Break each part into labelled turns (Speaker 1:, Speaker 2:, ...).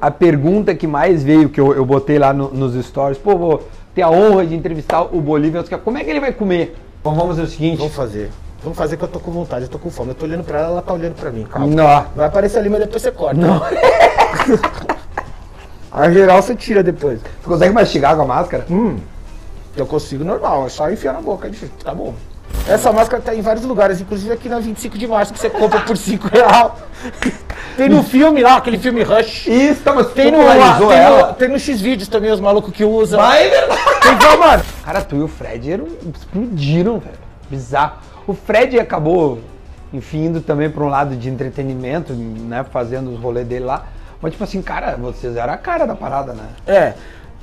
Speaker 1: a pergunta que mais veio, que eu, eu botei lá no- nos stories, pô, vou ter a honra de entrevistar o Bolívia, como é que ele vai comer? Então vamos fazer o seguinte,
Speaker 2: Vamos fazer. Vamos fazer que eu tô com vontade, eu tô com fome. Eu tô olhando pra ela, ela tá olhando pra mim. Calma.
Speaker 1: Nó.
Speaker 2: Vai aparecer ali, mas depois você corta. Não. A geral você tira depois.
Speaker 1: você consegue mastigar com a máscara?
Speaker 2: Hum, eu consigo normal, é só enfiar na boca, é difícil. Tá bom. Essa máscara tá em vários lugares, inclusive aqui na 25 de março, que você compra por 5 real. Tem no filme lá, aquele filme Rush.
Speaker 1: Isso, tá, mas
Speaker 2: Tem no,
Speaker 1: popularizou
Speaker 2: tem
Speaker 1: ela.
Speaker 2: no, tem no X-Vídeos também, os malucos que usam.
Speaker 1: Vai, é verdade.
Speaker 2: Tem que mano.
Speaker 1: Cara, tu e o Fred eram, explodiram, velho. Bizarro. O Fred acabou, enfim, indo também pra um lado de entretenimento, né? Fazendo os rolês dele lá. Mas tipo assim, cara, vocês eram a cara da parada, né?
Speaker 2: É.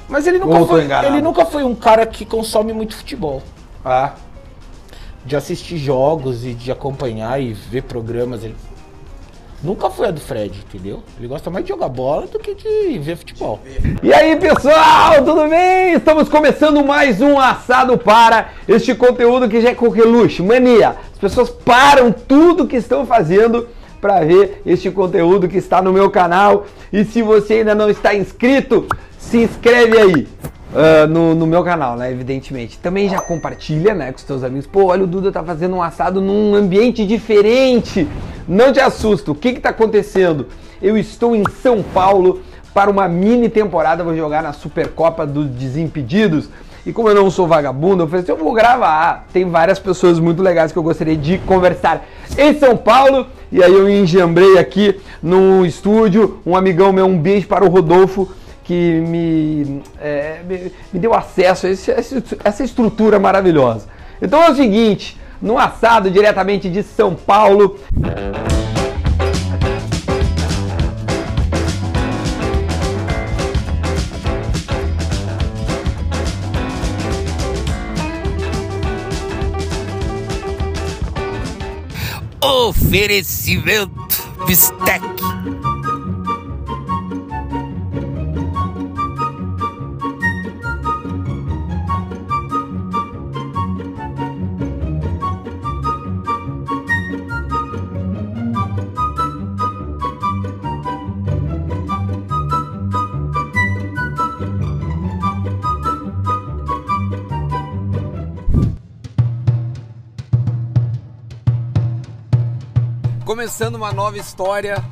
Speaker 2: Mas ele
Speaker 1: Ou
Speaker 2: nunca,
Speaker 1: eu tô
Speaker 2: foi,
Speaker 1: enganado.
Speaker 2: ele nunca foi um cara que consome muito futebol.
Speaker 1: Ah,
Speaker 2: De assistir jogos e de acompanhar e ver programas. Ele... Nunca foi a do Fred, entendeu? Ele gosta mais de jogar bola do que de ver futebol.
Speaker 1: E aí pessoal, tudo bem? Estamos começando mais um Assado Para, este conteúdo que já é coqueluche, mania. As pessoas param tudo que estão fazendo para ver este conteúdo que está no meu canal. E se você ainda não está inscrito, se inscreve aí. ah, no, no meu canal, né? Evidentemente. Também já compartilha, né? Com os teus amigos. Pô, olha o Duda tá fazendo um assado num ambiente diferente. Não te assusta. O que que tá acontecendo? Eu estou em São Paulo para uma mini temporada, eu vou jogar na Supercopa dos Desimpedidos. E como eu não sou vagabundo, eu falei assim, eu vou gravar. Tem várias pessoas muito legais que eu gostaria de conversar em São Paulo. E aí eu engembrei aqui num estúdio, um amigão meu, um beijo para o Rodolfo, que me, é, me, me deu acesso a esse- essa estru- essa estrutura maravilhosa. Então é o seguinte, no assado diretamente de São Paulo,
Speaker 3: Oferecimento Bistec.
Speaker 1: Começando uma nova história.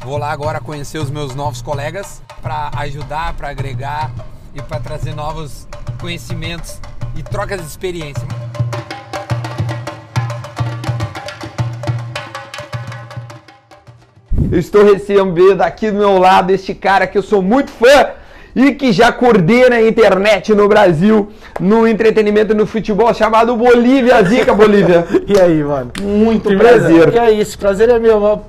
Speaker 1: Vou lá agora conhecer os meus novos colegas para ajudar, para agregar e para trazer novos conhecimentos e trocas de experiência. Eu estou recebendo aqui do meu lado este cara que eu sou muito fã e que já coordena a internet no Brasil, no entretenimento e no futebol, chamado Bolívia Zica Bolívia.
Speaker 2: E aí, mano?
Speaker 1: Muito
Speaker 2: Que é isso, prazer é meu. mano.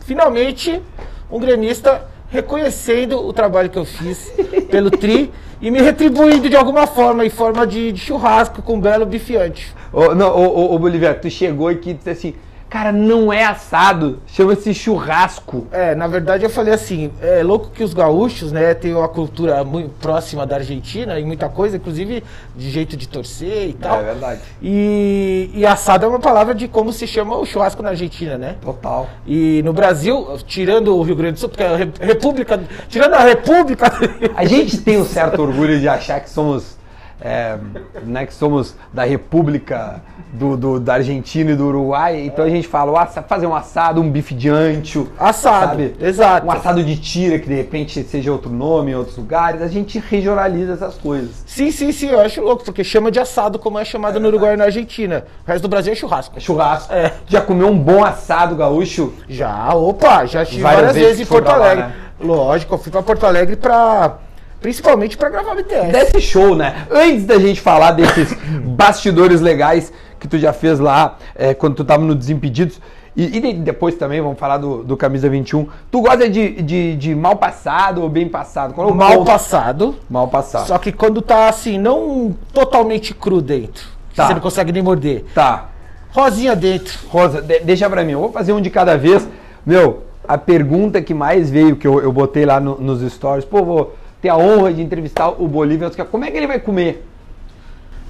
Speaker 2: Finalmente, um gremista reconhecendo o trabalho que eu fiz pelo Tri e me retribuindo de alguma forma, em forma de, de churrasco com um belo bifiante.
Speaker 1: Ô, não, ô, ô, ô, Bolívar, tu chegou aqui e disse assim, cara, não é assado, chama-se churrasco.
Speaker 2: É, na verdade eu falei assim, é louco que os gaúchos, né, têm uma cultura muito próxima da Argentina e muita coisa, inclusive de jeito de torcer e tal.
Speaker 1: É verdade.
Speaker 2: E, e assado é uma palavra de como se chama o churrasco na Argentina, né?
Speaker 1: Total.
Speaker 2: E no Brasil, tirando o Rio Grande do Sul, porque é a re- República. Tirando a República.
Speaker 1: A gente tem um certo orgulho de achar que somos, é, né, que somos da República do, do- da Argentina e do Uruguai, então a gente fala, o assa- fazer um assado, um bife de ancho,
Speaker 2: Assado.
Speaker 1: sabe?
Speaker 2: Exato.
Speaker 1: Um assado de tira, que de repente seja outro nome em outros lugares, a gente regionaliza essas coisas.
Speaker 2: Sim, sim, sim, eu acho louco, porque chama de assado como é chamado no Uruguai e na Argentina. O resto do Brasil é churrasco.
Speaker 1: Churrasco.
Speaker 2: É.
Speaker 1: Já comeu um bom assado gaúcho?
Speaker 2: Já, opa, já estive
Speaker 1: Várias
Speaker 2: várias,
Speaker 1: vezes
Speaker 2: vezes,
Speaker 1: que
Speaker 2: em
Speaker 1: foi
Speaker 2: Porto
Speaker 1: pra lá,
Speaker 2: Alegre.
Speaker 1: né?
Speaker 2: Lógico, eu fui pra Porto Alegre pra. Principalmente pra gravar BTS.
Speaker 1: desse show, né? Antes da gente falar desses bastidores legais que tu já fez lá é, quando tu tava no Desimpedidos. E, e de- depois também vamos falar do, do Camisa 21. Tu gosta de, de, de mal passado ou bem passado? Qual é o
Speaker 2: Mal
Speaker 1: ponto?
Speaker 2: passado.
Speaker 1: Mal passado.
Speaker 2: Só que quando tá assim, não totalmente cru dentro. que
Speaker 1: Tá.
Speaker 2: Você não consegue nem morder.
Speaker 1: Tá.
Speaker 2: Rosinha dentro.
Speaker 1: Rosa, de- deixa pra mim, eu vou fazer um de cada vez. Meu, a pergunta que mais veio, que eu, eu botei lá no- nos stories, pô, vou ter a honra de entrevistar o Bolívia. Como é que ele vai comer?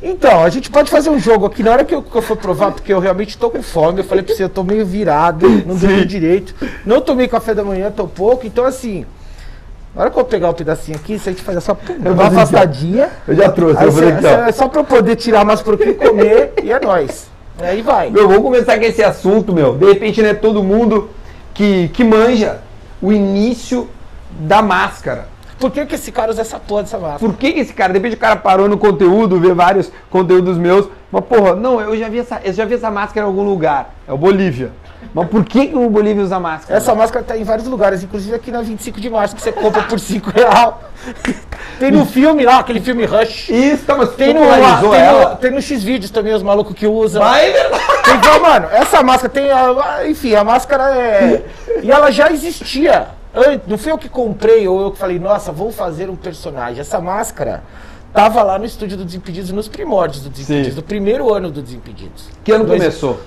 Speaker 2: Então, a gente pode fazer um jogo aqui. Na hora que eu, que eu for provar, porque eu realmente tô com fome, eu falei pra você, eu tô meio virado, não dormi direito. Não tomei café da manhã, tô pouco. Então, assim, Na hora que eu pegar o pedacinho aqui, se a gente faz essa
Speaker 1: vou
Speaker 2: uma
Speaker 1: deixar.
Speaker 2: afastadinha.
Speaker 1: Eu já trouxe,
Speaker 2: Aí
Speaker 1: eu falei
Speaker 2: cê-
Speaker 1: que não.
Speaker 2: cê- é só pra eu poder tirar mais por aqui, comer e é nóis. Aí vai.
Speaker 1: Meu, vamos começar com esse assunto, meu. De repente, né, todo mundo que, que manja o início da máscara.
Speaker 2: Por que, que esse cara usa essa porra dessa máscara?
Speaker 1: Por que, que esse cara, de repente o cara parou no conteúdo, vê vários conteúdos meus, mas porra, não, eu já vi essa, eu já vi essa máscara em algum lugar. É o Bolívia. Mas por que, que o Bolívia usa máscara?
Speaker 2: Essa máscara tá em vários lugares, inclusive aqui na 25 de março, que você compra por 5 real. Tem no filme lá, aquele filme Rush.
Speaker 1: Isso, tá, mas
Speaker 2: Tem no,
Speaker 1: popularizou
Speaker 2: tem no,
Speaker 1: ela.
Speaker 2: tem no X-Vídeos também, os malucos que usam.
Speaker 1: Vai, é verdade.
Speaker 2: Tem que- Então, mano, essa máscara tem. a- a- enfim, a máscara é. E ela já existia. An- Não fui eu que comprei ou eu que falei, nossa, vou fazer um personagem. Essa máscara tava lá no estúdio do Desimpedidos, nos primórdios do Desimpedidos,
Speaker 1: Sim.
Speaker 2: do primeiro ano do Desimpedidos.
Speaker 1: Que ano começou?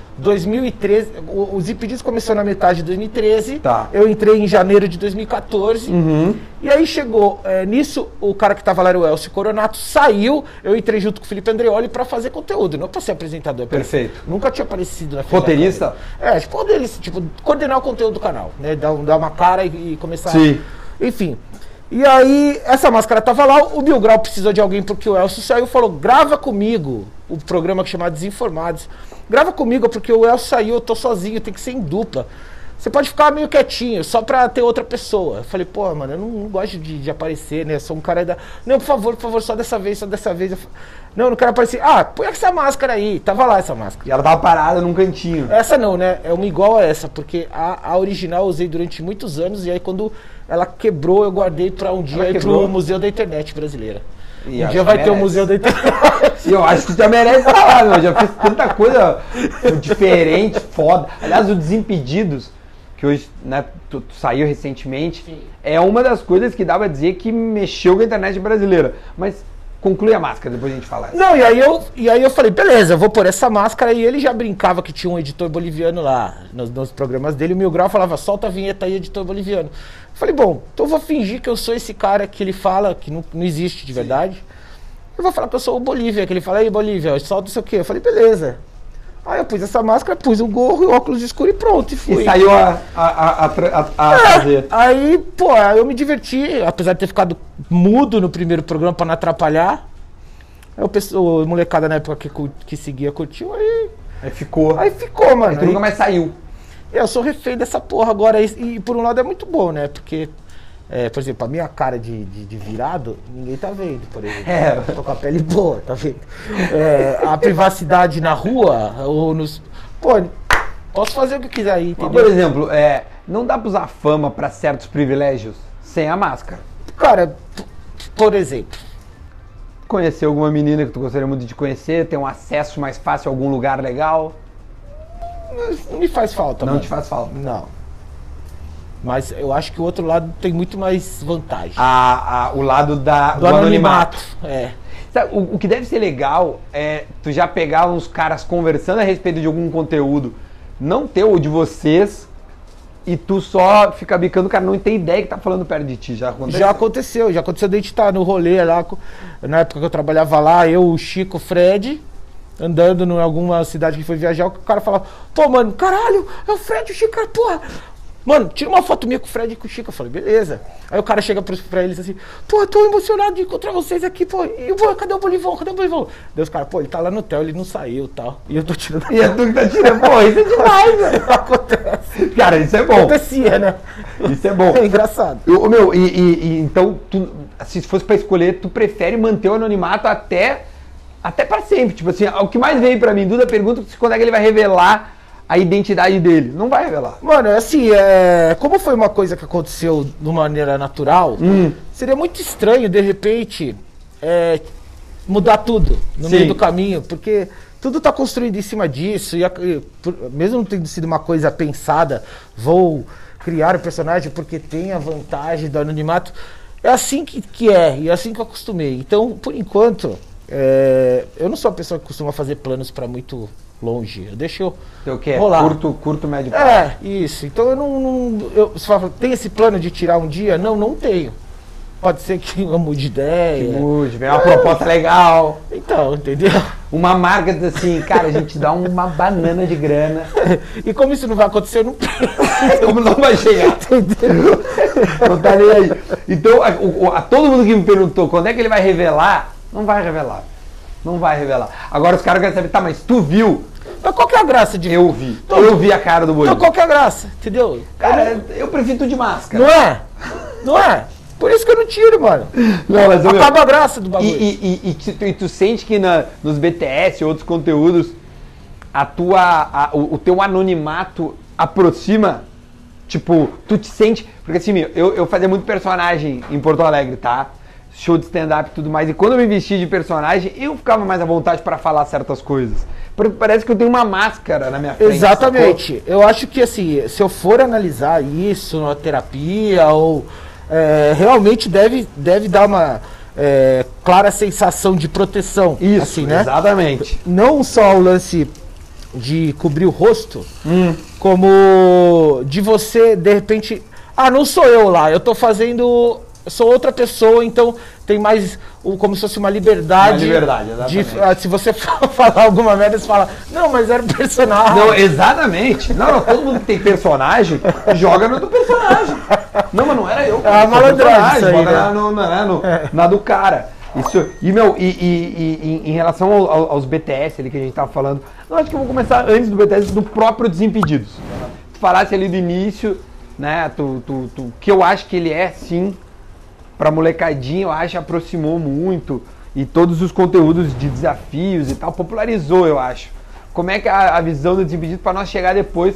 Speaker 2: 2013. o- Os Impedidos começou na metade de 2013.
Speaker 1: Tá. Uhum.
Speaker 2: Eu entrei em janeiro de 2014. E aí chegou, é, nisso, o cara que tava lá era o Elcio Coronato, saiu. Eu entrei junto com o Felipe Andreoli pra fazer conteúdo, não pra ser apresentador.
Speaker 1: Perfeito.
Speaker 2: Nunca tinha aparecido na frente da
Speaker 1: Roteirista?
Speaker 2: câmera. É, tipo, roteirista, tipo, coordenar o conteúdo do canal, né? Dar, um- dar uma cara e, e começar.
Speaker 1: Sim.
Speaker 2: Enfim. E aí, essa máscara tava lá, o Mil Grau precisou de alguém porque o Elcio saiu e falou: grava comigo o programa que chama Desinformados. Grava comigo, porque o Elcio saiu, eu tô sozinho, tem que ser em dupla. Você pode ficar meio quietinho, só pra ter outra pessoa. Eu falei, pô, mano, eu não, não gosto de, de aparecer, né? Eu sou um cara da. Não, por favor, por favor, só dessa vez, só dessa vez. Eu fa- Não, não quero aparecer. Ah, põe essa máscara aí. Tava lá essa máscara.
Speaker 1: E ela tava parada num cantinho.
Speaker 2: Essa não, né? É uma igual a essa, porque a, a original eu usei durante muitos anos e aí quando ela quebrou, eu guardei pra um dia ir
Speaker 1: quebrou?
Speaker 2: pro Museu da Internet Brasileira.
Speaker 1: E
Speaker 2: um
Speaker 1: acho
Speaker 2: dia
Speaker 1: que
Speaker 2: vai ter o
Speaker 1: merece.
Speaker 2: Museu da Internet.
Speaker 1: E eu acho que já merece falar, meu. Já fiz tanta coisa diferente, foda. Aliás, o Desimpedidos, que hoje né, tu- tu saiu recentemente, é uma das coisas que dá pra dizer que mexeu com a internet brasileira. Mas conclui a máscara, depois a gente fala.
Speaker 2: não, e aí, eu, e aí eu falei, beleza, eu vou pôr essa máscara e ele já brincava que tinha um editor boliviano lá nos, nos programas dele, o Mil Grau falava, solta a vinheta aí, editor boliviano. Eu falei, bom, então eu vou fingir que eu sou esse cara que ele fala, que não, não existe de verdade. Eu vou falar que eu sou o Bolívia, que ele fala, aí Bolívia, solta isso aqui. Eu falei, beleza. Aí eu pus essa máscara, pus um gorro e óculos escuro e pronto, e fui.
Speaker 1: E saiu a, a, a, a, tra- a- a fazer.
Speaker 2: Aí, pô, aí eu me diverti, apesar de ter ficado mudo no primeiro programa pra não atrapalhar. Aí o pessoal, o molecada na época que, cu- que seguia curtiu, aí,
Speaker 1: Aí ficou.
Speaker 2: aí ficou, mano.
Speaker 1: tu
Speaker 2: Aí-
Speaker 1: nunca mais saiu.
Speaker 2: eu sou refém dessa porra agora. E, e por um lado é muito bom, né? Porque, é, por exemplo, a minha cara de, de- de virado, ninguém tá vendo, por exemplo.
Speaker 1: É.
Speaker 2: Eu Tô com a pele boa, tá vendo? É, a privacidade na rua, ou nos. Pô, posso fazer o que eu quiser aí,
Speaker 1: Mas, por
Speaker 2: entendeu?
Speaker 1: exemplo, é, não dá pra usar fama pra certos privilégios sem a máscara.
Speaker 2: Cara, p- por exemplo.
Speaker 1: Conhecer alguma menina que tu gostaria muito de conhecer, ter um acesso mais fácil a algum lugar legal,
Speaker 2: Não me faz falta,
Speaker 1: não
Speaker 2: mano.
Speaker 1: te faz falta.
Speaker 2: Não. Mas eu acho que o outro lado tem muito mais vantagem.
Speaker 1: a- a- o lado da, Ah, do, anonimato.
Speaker 2: É.
Speaker 1: Sabe, o, o que deve ser legal é tu já pegar uns caras conversando a respeito de algum conteúdo, não teu ou de vocês, e tu só fica bicando, o cara não tem ideia que tá falando perto de ti. Já aconteceu?
Speaker 2: Já aconteceu, já aconteceu de a gente estar no rolê lá, co- na época que eu trabalhava lá, eu, o Chico, o Fred, andando em alguma cidade que foi viajar, o cara falava, pô, mano, caralho, é o Fred, o Chico, cara, porra. Mano, tira uma foto minha com o Fred e com o Chico. Eu falei, beleza. Aí o cara chega pros- pra eles assim, pô, eu tô emocionado de encontrar vocês aqui, pô. E, pô cadê o Bolivão? Cadê o Bolivão? Deus, cara, pô, ele tá lá no hotel, ele não saiu e tal. E eu tô tirando a
Speaker 1: E é tu que tá tirando. Pô, isso é demais, velho.
Speaker 2: Acontece.
Speaker 1: Cara, isso é bom.
Speaker 2: Acontecia, né?
Speaker 1: Isso é bom.
Speaker 2: É engraçado.
Speaker 1: Eu- ô, meu, e, e- e então, tu, se fosse pra escolher, tu prefere manter o anonimato até, até para sempre. Tipo assim, o que mais veio pra mim, Duda pergunta se quando é que ele vai revelar a identidade dele. Não vai revelar.
Speaker 2: Mano, assim, é, como foi uma coisa que aconteceu de uma maneira natural,
Speaker 1: Hum.
Speaker 2: seria muito estranho, de repente, é, mudar tudo no
Speaker 1: Sim.
Speaker 2: meio do caminho, porque tudo tá construído em cima disso, e, a- e por- mesmo não tendo sido uma coisa pensada, vou criar o personagem porque tem a vantagem do anonimato. É assim que, que é, e é assim que eu acostumei. Então, por enquanto, é, eu não sou uma pessoa que costuma fazer planos pra muito longe. Eu deixo
Speaker 1: Então, o que é?
Speaker 2: rolar.
Speaker 1: Curto, curto, médio prazo.
Speaker 2: É, isso. Então eu não. não- eu, você fala, tem esse plano de tirar um dia? Não, não tenho. Pode ser que eu mude de ideia.
Speaker 1: Mude, vem uma proposta legal.
Speaker 2: Então, entendeu?
Speaker 1: Uma marca diz assim, cara, a gente dá uma banana de grana.
Speaker 2: E como isso não vai acontecer, eu não penso.
Speaker 1: Como não vai chegar? Não tá nem aí. Então, a, o- a todo mundo que me perguntou quando é que ele vai revelar, não vai revelar. Não vai revelar. Agora os caras querem saber, tá, mas tu viu?
Speaker 2: Mas qual que é a graça de
Speaker 1: Eu vi. Eu vi a cara do
Speaker 2: Então
Speaker 1: Bolívar.
Speaker 2: qual que é a graça, entendeu?
Speaker 1: Cara, eu prefiro tu de máscara.
Speaker 2: Não é? Não é? Por isso que eu não tiro, mano.
Speaker 1: Não, mas, ô, meu,
Speaker 2: Acaba a graça do
Speaker 1: E,
Speaker 2: bagulho.
Speaker 1: e- e- e tu, e tu sente que na- nos BTS e outros conteúdos a tua, a- o, o teu anonimato aproxima? Tipo, tu te sente. Porque assim, meu, eu, eu fazia muito personagem em Porto Alegre, tá? Show de stand-up e tudo mais. E quando eu me vestia de personagem, eu ficava mais à vontade pra falar certas coisas. Porque Parece que eu tenho uma máscara na minha frente.
Speaker 2: Exatamente. Eu acho que assim, se eu for analisar isso na terapia, ou é, realmente deve, deve dar uma é, clara sensação de proteção.
Speaker 1: sacou? Isso,
Speaker 2: assim, né?
Speaker 1: exatamente.
Speaker 2: Não só o lance de cobrir o rosto,
Speaker 1: Hum.
Speaker 2: como de você, de repente. Ah, não sou eu lá, eu tô fazendo. Sou outra pessoa, então tem mais o- como se fosse uma liberdade.
Speaker 1: Uma liberdade,
Speaker 2: de-
Speaker 1: exatamente.
Speaker 2: ah, se você falar alguma merda, você fala, não, mas era um personagem.
Speaker 1: Não, exatamente. Não, não, todo mundo que tem personagem joga no do personagem. Não, mas não era eu.
Speaker 2: É uma malandragem
Speaker 1: personagem,
Speaker 2: isso aí,
Speaker 1: joga
Speaker 2: né? É.
Speaker 1: na, no- na- na- no- na do cara. Isso, e meu, e, e- e- e- em relação ao- ao- aos BTS ali que a gente tava falando, eu acho que eu vou começar antes do BTS do próprio Desimpedidos. Tu falasse ali do início, né? Tu, tu, tu- que eu acho que ele é sim pra molecadinha, eu acho, aproximou muito. E todos os conteúdos de desafios e tal, popularizou, eu acho. Como é que é a, a visão do Desimpedido pra nós chegar depois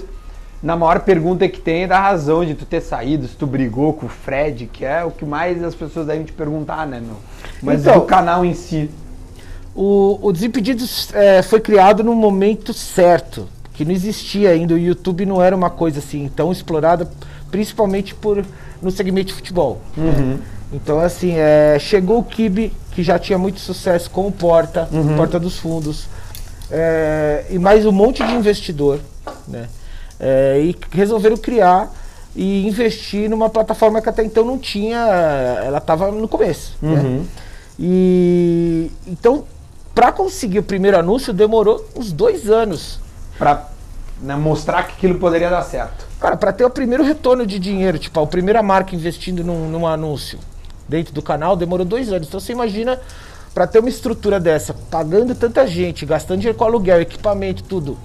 Speaker 1: na maior pergunta que tem é da razão de tu ter saído, se tu brigou com o Fred, que é o que mais as pessoas devem te perguntar, né, meu? Mas
Speaker 2: Então-
Speaker 1: do canal em si.
Speaker 2: O, o Desimpedidos é, foi criado no momento certo, que não existia ainda. O YouTube não era uma coisa assim tão explorada, principalmente por no segmento de futebol. né? Então, assim, é, chegou o Kibe, que já tinha muito sucesso com o Porta, Porta dos Fundos, é, e mais um monte de investidor, né? É, e resolveram criar e investir numa plataforma que até então não tinha, ela estava no começo. né? E então, para conseguir o primeiro anúncio, demorou uns dois anos.
Speaker 1: Pra né, mostrar que aquilo poderia dar certo.
Speaker 2: Cara, para ter o primeiro retorno de dinheiro, tipo, a primeira marca investindo num, num anúncio dentro do canal, demorou dois anos. Então você imagina, para ter uma estrutura dessa, pagando tanta gente, gastando dinheiro com aluguel, equipamento, tudo,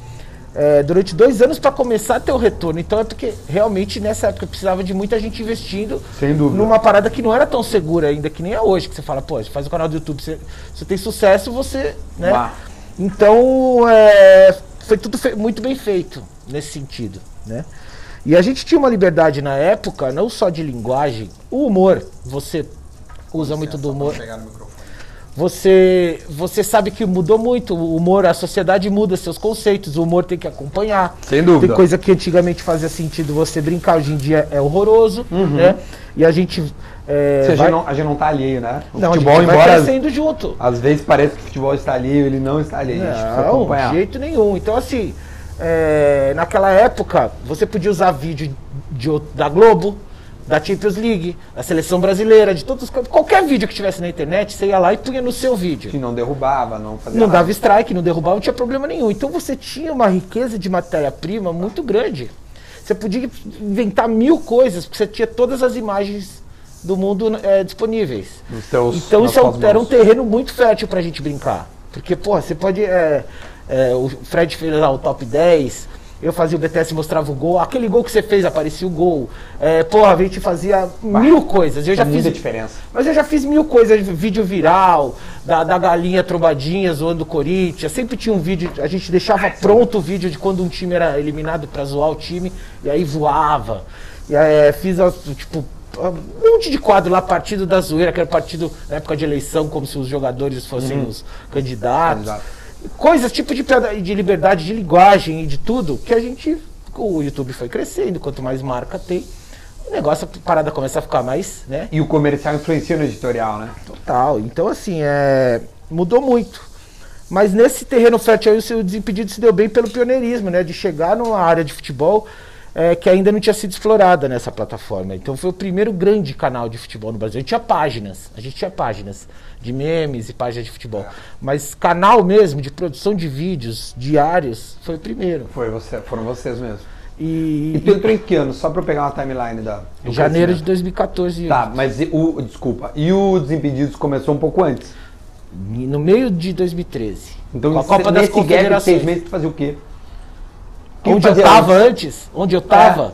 Speaker 2: é, durante dois anos para começar a ter o retorno. Então é porque realmente nessa época precisava de muita gente investindo
Speaker 1: Sem dúvida.
Speaker 2: numa parada que não era tão segura ainda, que nem é hoje, que você fala, pô, você faz o canal do YouTube, você, você tem sucesso, você. Né?
Speaker 1: Bah.
Speaker 2: Então, é, foi tudo fe- muito bem feito nesse sentido, né? E a gente tinha uma liberdade na época, não só de linguagem, o humor, você usa muito do humor. Você, você sabe que mudou muito o humor, a sociedade muda seus conceitos, o humor tem que acompanhar.
Speaker 1: Sem dúvida.
Speaker 2: Tem coisa que antigamente fazia sentido você brincar, hoje em dia é horroroso,
Speaker 1: Uhum.
Speaker 2: né? E a gente. é,
Speaker 1: Ou seja,
Speaker 2: vai-
Speaker 1: não, a gente não tá alheio, né? O
Speaker 2: não, a
Speaker 1: futebol,
Speaker 2: gente vai
Speaker 1: embora
Speaker 2: crescendo junto.
Speaker 1: às vezes pareça que o futebol está alheio, ele não está alheio. a gente precisa
Speaker 2: Não,
Speaker 1: acompanhar.
Speaker 2: de jeito nenhum. Então, assim, é, naquela época, você podia usar vídeo de out- da Globo, da Champions League, da seleção brasileira, de todos os campos. Qualquer vídeo que tivesse na internet, você ia lá e punha no seu vídeo.
Speaker 1: Que não derrubava, não fazia
Speaker 2: Não
Speaker 1: nada.
Speaker 2: dava strike, não derrubava, não tinha problema nenhum. Então você tinha uma riqueza de matéria-prima muito grande. Você podia inventar mil coisas, porque você tinha todas as imagens do mundo eh, disponíveis.
Speaker 1: Nos teus-
Speaker 2: então
Speaker 1: nas
Speaker 2: isso é um-
Speaker 1: tuas
Speaker 2: era um
Speaker 1: mãos.
Speaker 2: terreno muito fértil pra gente brincar. Porque, porra, você pode. eh, eh, o Fred fez lá o top 10. Eu fazia o BTS e mostrava o gol. Aquele gol que você fez, aparecia o gol. Eh, porra, a gente fazia mil coisas. Eu já
Speaker 1: é muita
Speaker 2: fiz
Speaker 1: diferença.
Speaker 2: mas eu já fiz mil coisas, vídeo viral, da, da galinha trombadinha zoando o Corinthians. Sempre tinha um vídeo, a gente deixava pronto o vídeo de quando um time era eliminado pra zoar o time, e aí voava. E, é, fiz, as, tipo, um monte de quadro lá, partido da zoeira, que era partido na época de eleição, como se os jogadores fossem os candidatos.
Speaker 1: Candidato.
Speaker 2: Coisas, tipo de, piada- de liberdade de linguagem e de tudo, que a gente. O YouTube foi crescendo, quanto mais marca tem, o negócio, a parada começa a ficar mais, né?
Speaker 1: E o comercial influencia no editorial, né?
Speaker 2: Total. Então, assim, é... mudou muito. Mas nesse terreno fértil aí, o seu desimpedido se deu bem pelo pioneirismo, né? De chegar numa área de futebol é, que ainda não tinha sido explorada nessa plataforma. Então foi o primeiro grande canal de futebol no Brasil. A gente tinha páginas, a gente tinha páginas de memes e páginas de futebol.
Speaker 1: É.
Speaker 2: Mas canal mesmo, de produção de vídeos diários, foi o primeiro.
Speaker 1: Foi você, foram vocês mesmos.
Speaker 2: E,
Speaker 1: E tu entrou em que ano? Só pra eu pegar uma timeline da.
Speaker 2: em
Speaker 1: do
Speaker 2: janeiro de
Speaker 1: crescimento.
Speaker 2: 2014.
Speaker 1: Tá, mas e o. Desculpa. E o Desimpedidos começou um pouco antes.
Speaker 2: No meio de 2013.
Speaker 1: Então,
Speaker 2: com a
Speaker 1: se-
Speaker 2: Copa das
Speaker 1: nesse gap de
Speaker 2: Confederações.
Speaker 1: seis meses, tu fazia o quê? O que
Speaker 2: onde eu
Speaker 1: fazia
Speaker 2: tava antes, onde eu tava,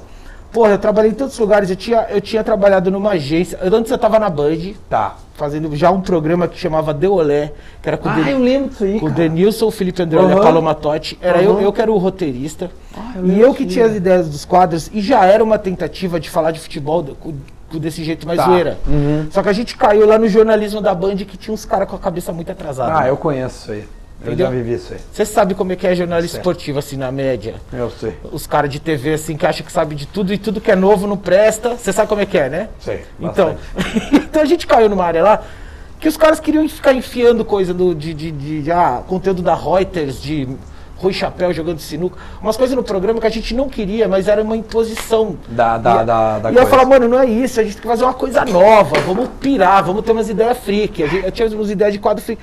Speaker 2: porra, eu trabalhei em tantos lugares, eu tinha, eu tinha trabalhado numa agência, antes eu tava na Band,
Speaker 1: Tá.
Speaker 2: fazendo já um programa que chamava Deolé, que era com o,
Speaker 1: Ah,
Speaker 2: Den-
Speaker 1: eu lembro disso aí.
Speaker 2: com o
Speaker 1: cara.
Speaker 2: Denilson, o Felipe André e a
Speaker 1: Aham.
Speaker 2: Paloma Totti. Era eu,
Speaker 1: Aham.
Speaker 2: eu que era o roteirista.
Speaker 1: Ah, eu
Speaker 2: e
Speaker 1: lembro
Speaker 2: eu que
Speaker 1: disso
Speaker 2: tinha
Speaker 1: aí.
Speaker 2: as ideias dos quadros, e já era uma tentativa de falar de futebol do- com- com desse jeito mais
Speaker 1: Tá.
Speaker 2: zoeira.
Speaker 1: Uhum.
Speaker 2: Só que a gente caiu lá no jornalismo da Band que tinha uns caras com a cabeça muito atrasada.
Speaker 1: Ah, eu conheço isso aí. Eu
Speaker 2: Entendeu?
Speaker 1: já vivi isso aí.
Speaker 2: Você sabe como é que é jornalista
Speaker 1: Certo.
Speaker 2: esportivo, assim, na média.
Speaker 1: Eu sei.
Speaker 2: os caras de TV, assim, que acham que sabe de tudo e tudo que é novo não presta. Você sabe como é que é, né?
Speaker 1: Sei.
Speaker 2: Então, então a gente caiu numa área lá que os caras queriam ficar enfiando coisa do, de, de, de- de, ah, conteúdo da Reuters, de Rui Chapéu jogando sinuca. Umas coisas no programa que a gente não queria, mas era uma imposição.
Speaker 1: Da- da-
Speaker 2: e,
Speaker 1: da- da
Speaker 2: E eu
Speaker 1: coisa.
Speaker 2: falava, mano, não é isso, a gente tem que fazer uma coisa nova, vamos pirar, vamos ter umas ideias freak. A gente- Eu tinha umas ideias de quadro freak.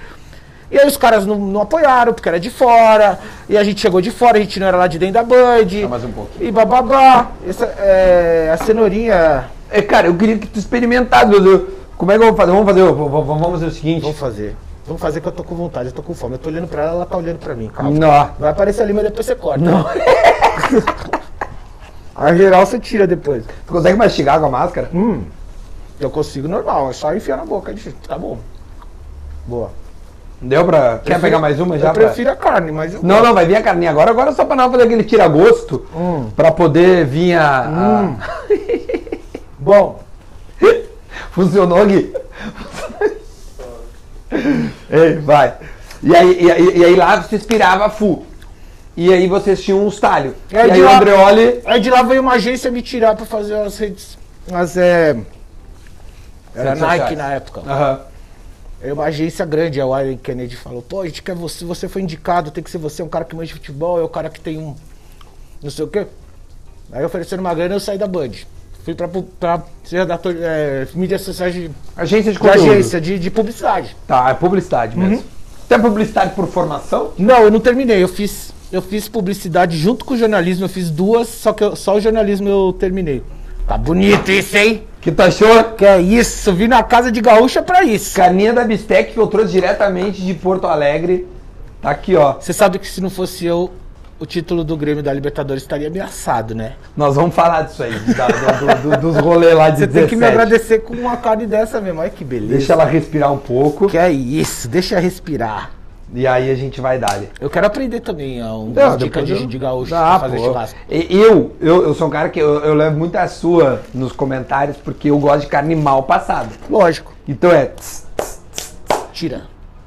Speaker 2: E aí os caras não, não apoiaram, porque era de fora, e a gente chegou de fora, a gente não era lá de dentro da Band.
Speaker 1: Tá, mais um pouquinho.
Speaker 2: E bababá. Essa, é, a cenourinha.
Speaker 1: É, cara, eu queria que tu experimentasse. meu Deus. Como é que eu vou fazer? Vamos fazer, vamos- vamos vamos fazer o seguinte.
Speaker 2: Vamos fazer. Vamos fazer que eu tô com vontade, eu tô com fome. Eu tô olhando pra ela, ela tá olhando pra mim, calma.
Speaker 1: Não.
Speaker 2: Vai aparecer ali, mas depois você corta. Não. A geral você tira depois.
Speaker 1: Tu consegue mastigar com a máscara?
Speaker 2: Hum. Eu consigo normal, é só enfiar na boca. é difícil. Tá bom. Boa.
Speaker 1: Deu pra. Quer
Speaker 2: Prefiro-
Speaker 1: pegar mais uma já?
Speaker 2: Eu
Speaker 1: pra-
Speaker 2: prefiro a carne, mas. eu-
Speaker 1: Não, não, vai vir a carninha agora. Agora é só pra não fazer aquele tira-gosto.
Speaker 2: Hum.
Speaker 1: Pra poder vir a. a-
Speaker 2: Bom,
Speaker 1: Funcionou, Gui? Ei, vai. E aí, e, aí- e aí lá você inspirava a Fu. E aí vocês tinham uns talhos.
Speaker 2: É,
Speaker 1: e aí
Speaker 2: de
Speaker 1: o
Speaker 2: lá-
Speaker 1: Andreoli.
Speaker 2: aí de lá veio uma agência me tirar pra fazer as redes. As é. Era
Speaker 1: Redes
Speaker 2: Nike
Speaker 1: sociais.
Speaker 2: na época.
Speaker 1: Aham.
Speaker 2: É uma agência grande, a Warren Kennedy falou, pô, a gente quer você, você foi indicado, tem que ser você, é um cara que manja de futebol, é o cara que tem um. não sei o quê. Aí oferecendo uma grana, eu saí da Band. Fui pra, pu- pra ser redator é, mídias sociais de, de
Speaker 1: Agência de conteúdo.
Speaker 2: agência, Uhum. de, de publicidade.
Speaker 1: Tá, é publicidade mesmo. Até publicidade por formação?
Speaker 2: Não, eu não terminei, eu fiz. Eu fiz publicidade junto com o jornalismo, eu fiz duas, só que eu- só o jornalismo eu terminei. Tá bonito isso, hein?
Speaker 1: Que tu achou?
Speaker 2: Que é isso, vim na casa de gaúcha pra isso.
Speaker 1: Caninha da Bistec que eu trouxe diretamente de Porto Alegre. Tá aqui, ó.
Speaker 2: Você sabe que se não fosse eu, o título do Grêmio da Libertadores estaria ameaçado, né?
Speaker 1: Nós vamos falar disso aí, da- do- do- do- dos rolês lá de
Speaker 2: Você tem que me
Speaker 1: 17.
Speaker 2: agradecer com uma carne dessa mesmo. Olha que beleza.
Speaker 1: Deixa ela respirar um pouco
Speaker 2: Que é isso, deixa eu respirar.
Speaker 1: e aí a gente vai dar ali.
Speaker 2: Eu quero aprender também ó, um
Speaker 1: Não,
Speaker 2: dica
Speaker 1: depois
Speaker 2: de,
Speaker 1: eu-
Speaker 2: de gaúcho
Speaker 1: Ah,
Speaker 2: pra fazer
Speaker 1: pô.
Speaker 2: churrasco.
Speaker 1: E- Eu, eu, eu sou um cara que eu, eu levo muita sua nos comentários porque eu gosto de carne mal passada.
Speaker 2: Lógico,
Speaker 1: Então é. tss,
Speaker 2: tira.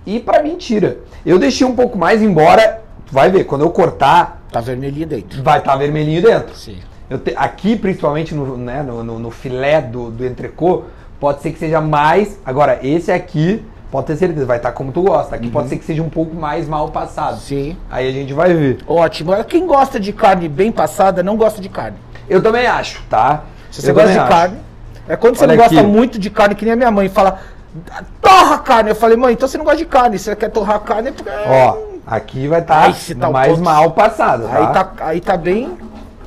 Speaker 1: E pra mentira. Eu deixei um pouco mais embora. Tu vai ver, quando eu cortar,
Speaker 2: Tá vermelhinha dentro.
Speaker 1: vai estar vermelhinho dentro.
Speaker 2: Sim.
Speaker 1: Eu te- aqui, principalmente no, né, no, no- no filé do, do entrecô, pode ser que seja mais. Agora, esse aqui, pode ter certeza, vai estar como tu gosta. Aqui
Speaker 2: Uhum.
Speaker 1: pode ser que seja um pouco mais mal passado.
Speaker 2: Sim.
Speaker 1: Aí a gente vai ver.
Speaker 2: Ótimo. Quem gosta de carne bem passada não gosta de carne.
Speaker 1: Eu também acho, tá?
Speaker 2: Se você
Speaker 1: Eu
Speaker 2: gosta de
Speaker 1: também acho.
Speaker 2: carne. É quando você
Speaker 1: Olha
Speaker 2: não gosta
Speaker 1: aqui.
Speaker 2: muito de carne, que nem a minha mãe fala, torra carne. Eu falei, mãe, então você não gosta de carne. Você quer torrar carne é porque.
Speaker 1: Ó, aqui vai
Speaker 2: Ai,
Speaker 1: estar
Speaker 2: se tá um
Speaker 1: mais
Speaker 2: pouco-
Speaker 1: mal passado, tá?
Speaker 2: Aí tá, aí tá bem.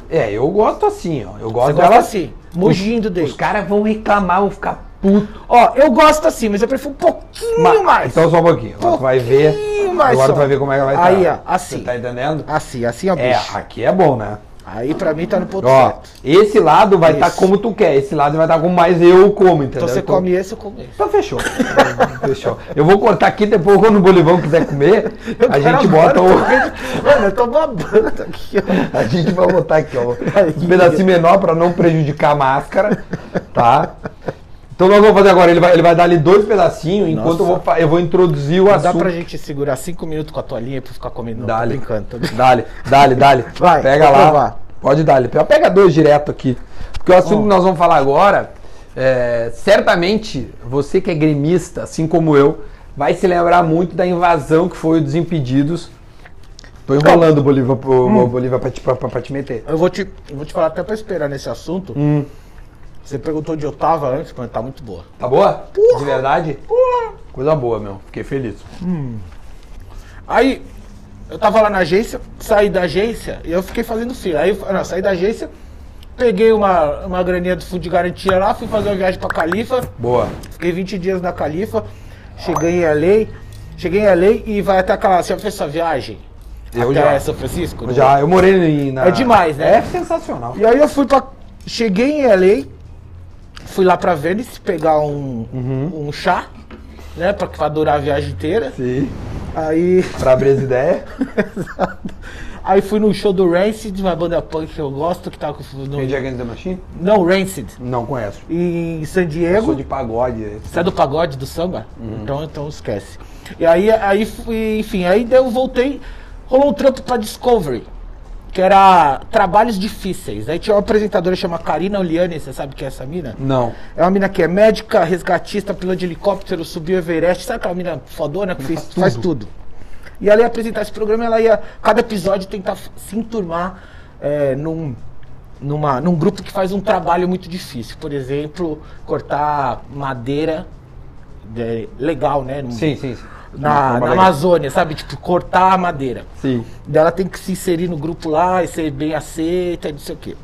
Speaker 1: É, eu gosto assim, ó. Eu gosto
Speaker 2: Você
Speaker 1: dela
Speaker 2: gosta assim, mugindo
Speaker 1: Os
Speaker 2: dele.
Speaker 1: caras vão reclamar, vão ficar puto.
Speaker 2: Ó, eu gosto assim, mas eu prefiro um pouquinho
Speaker 1: Ma-
Speaker 2: mais.
Speaker 1: Então só um pouquinho. Agora tu vai ver.
Speaker 2: Pouquinho mais
Speaker 1: Agora tu
Speaker 2: só.
Speaker 1: vai ver como é que vai
Speaker 2: Aí,
Speaker 1: tá.
Speaker 2: ó, assim.
Speaker 1: Você tá entendendo?
Speaker 2: Assim, assim, ó,
Speaker 1: É,
Speaker 2: bicho.
Speaker 1: aqui é bom, né?
Speaker 2: Aí pra mim tá no ponto
Speaker 1: Ó,
Speaker 2: certo.
Speaker 1: esse lado vai estar
Speaker 2: Isso.
Speaker 1: como tu quer. Esse lado vai estar como mais eu como, entendeu?
Speaker 2: Então você come esse, eu como esse.
Speaker 1: Então fechou. fechou. Eu vou cortar aqui depois quando o Bolivão quiser comer, a gente bota o.
Speaker 2: Mano, eu tô babando aqui, ó.
Speaker 1: A gente vai botar aqui, ó. Um pedacinho menor pra não prejudicar a máscara, tá? Então nós vamos fazer agora, ele vai, ele vai dar ali dois pedacinhos, enquanto eu vou, fa- eu vou introduzir o
Speaker 2: Não dá
Speaker 1: assunto.
Speaker 2: pra gente segurar cinco minutos com a toalhinha pra ficar comendo. Não, tô
Speaker 1: Dá-lhe,
Speaker 2: brincando. tô brincando.
Speaker 1: dá-lhe, dá-lhe, dá-lhe.
Speaker 2: Vai,
Speaker 1: Pega
Speaker 2: vou
Speaker 1: lá,
Speaker 2: provar.
Speaker 1: pode dar-lhe. Pega dois direto aqui. Porque o assunto que nós vamos falar agora, é, certamente você que é gremista, assim como eu, vai se lembrar muito da invasão que foi o Desimpedidos Tô enrolando o Bolívar, pro,
Speaker 2: Hum.
Speaker 1: o Bolívar pra, te, pra, pra- pra te meter.
Speaker 2: Eu vou te, eu vou te falar até pra esperar nesse assunto.
Speaker 1: Hum.
Speaker 2: Você perguntou onde eu tava antes, mas tá muito boa.
Speaker 1: Tá boa? De verdade? Coisa boa, meu. Fiquei feliz.
Speaker 2: Aí, eu tava lá na agência, saí da agência e eu fiquei fazendo fila. Aí, eu- não, saí da agência, peguei uma, uma graninha do fundo de garantia lá, fui fazer uma viagem pra Califa,
Speaker 1: Boa.
Speaker 2: fiquei 20 dias na Califa, cheguei em LA, cheguei em LA e vai até aquela. Você já fez essa viagem?
Speaker 1: Eu
Speaker 2: até
Speaker 1: já.
Speaker 2: São Francisco?
Speaker 1: Já, eu morei em- na...
Speaker 2: É demais, né?
Speaker 1: É sensacional.
Speaker 2: E aí eu fui pra. Cheguei em LA, fui lá pra Venice pegar um, um chá, né? Pra, pra durar a viagem inteira.
Speaker 1: Sim.
Speaker 2: Aí.
Speaker 1: Pra abrir as ideias.
Speaker 2: Aí fui no show do Rancid, uma banda punk que eu gosto, que tava com. No,
Speaker 1: Tem Jack and the Machine?
Speaker 2: não, Rancid.
Speaker 1: Não conheço.
Speaker 2: Em San
Speaker 1: Eu sou
Speaker 2: Diego.
Speaker 1: de pagode.
Speaker 2: Você é do pagode do samba? Então, então esquece. E aí, aí fui- enfim, aí eu voltei, rolou um trampo pra Discovery, que era trabalhos difíceis. Aí tinha uma apresentadora chamada Karina Oliani, você sabe quem é essa mina?
Speaker 1: Não.
Speaker 2: É uma mina que é médica, resgatista, piloto de helicóptero, subiu o Everest. Sabe aquela mina fodona que fez- faz, tudo. E ela ia apresentar esse programa, ela ia, cada episódio, tentar f- se enturmar é, num, numa, num grupo que faz um trabalho muito difícil. Por exemplo, cortar madeira é, legal, né? Num-
Speaker 1: Sim, sim, sim.
Speaker 2: Na, na Amazônia, sabe? Tipo, cortar a madeira.
Speaker 1: Sim.
Speaker 2: Daí ela tem que se inserir no grupo lá e ser bem aceita e não sei o quê.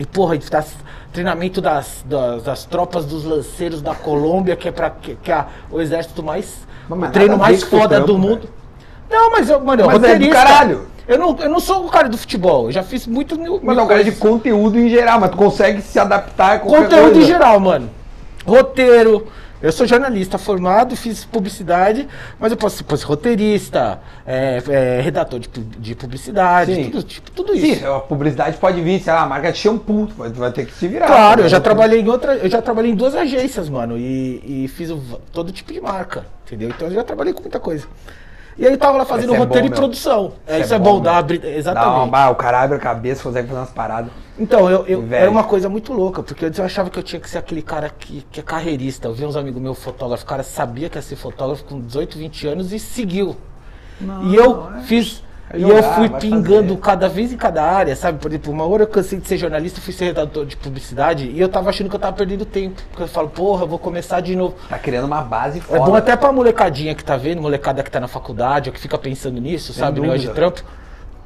Speaker 2: E porra, e tá treinamento das, das, das tropas dos lanceiros da Colômbia, que é para que, que é o exército mais.
Speaker 1: Mas, mas
Speaker 2: o treino
Speaker 1: nada a ver
Speaker 2: mais
Speaker 1: com o
Speaker 2: foda
Speaker 1: trampo,
Speaker 2: do mundo. Não, mas eu, mano, eu
Speaker 1: Mas é do
Speaker 2: roteirista.
Speaker 1: caralho.
Speaker 2: Eu não, eu não sou o cara do futebol, eu já fiz muito. mil-
Speaker 1: Mas é
Speaker 2: mil
Speaker 1: um cara de
Speaker 2: coisas.
Speaker 1: conteúdo em geral, mas tu consegue se adaptar a qualquer
Speaker 2: Conteúdo
Speaker 1: coisa.
Speaker 2: em geral, mano. Roteiro. Eu sou jornalista formado, fiz publicidade, mas eu posso ser posso ser roteirista, é, é, redator de, pu- de publicidade,
Speaker 1: Sim.
Speaker 2: tudo, tipo, tudo isso.
Speaker 1: Sim, é a publicidade pode vir, sei lá, a marca de shampoo, tu vai, tu vai ter que se virar.
Speaker 2: É
Speaker 1: né?
Speaker 2: Claro, eu já
Speaker 1: Entendeu?
Speaker 2: trabalhei em outra, eu já trabalhei em duas agências, mano, e, e fiz o v- todo tipo de marca, entendeu? Então eu já trabalhei com muita coisa. E aí eu tava lá fazendo
Speaker 1: Isso é bom,
Speaker 2: roteiro e
Speaker 1: meu.
Speaker 2: produção. É, isso é bom, dá
Speaker 1: meu.
Speaker 2: uma bri-
Speaker 1: né? Dá uma,
Speaker 2: exatamente.
Speaker 1: bah, o cara abre a cabeça, consegue fazer umas paradas.
Speaker 2: Então, eu, eu-
Speaker 1: Inveja.
Speaker 2: era uma coisa muito louca, porque antes eu achava que eu tinha que ser aquele cara que, que é carreirista. Eu vi uns amigos meus fotógrafos, o cara sabia que ia ser fotógrafo com 18, 20 anos e seguiu. e eu fiz.
Speaker 1: É
Speaker 2: e eu
Speaker 1: jogar,
Speaker 2: fui
Speaker 1: vai
Speaker 2: pingando
Speaker 1: fazer.
Speaker 2: cada vez em cada área, sabe? Por exemplo, uma hora eu cansei de ser jornalista, fui ser redator de publicidade e eu tava achando que eu tava perdendo tempo. Porque eu falo, porra, eu vou começar de novo.
Speaker 1: Tá criando uma base
Speaker 2: É
Speaker 1: foda.
Speaker 2: bom até pra molecadinha que tá vendo, molecada que tá na faculdade, ou que fica pensando nisso, sabe? Negócio de
Speaker 1: dúvida.
Speaker 2: trampo.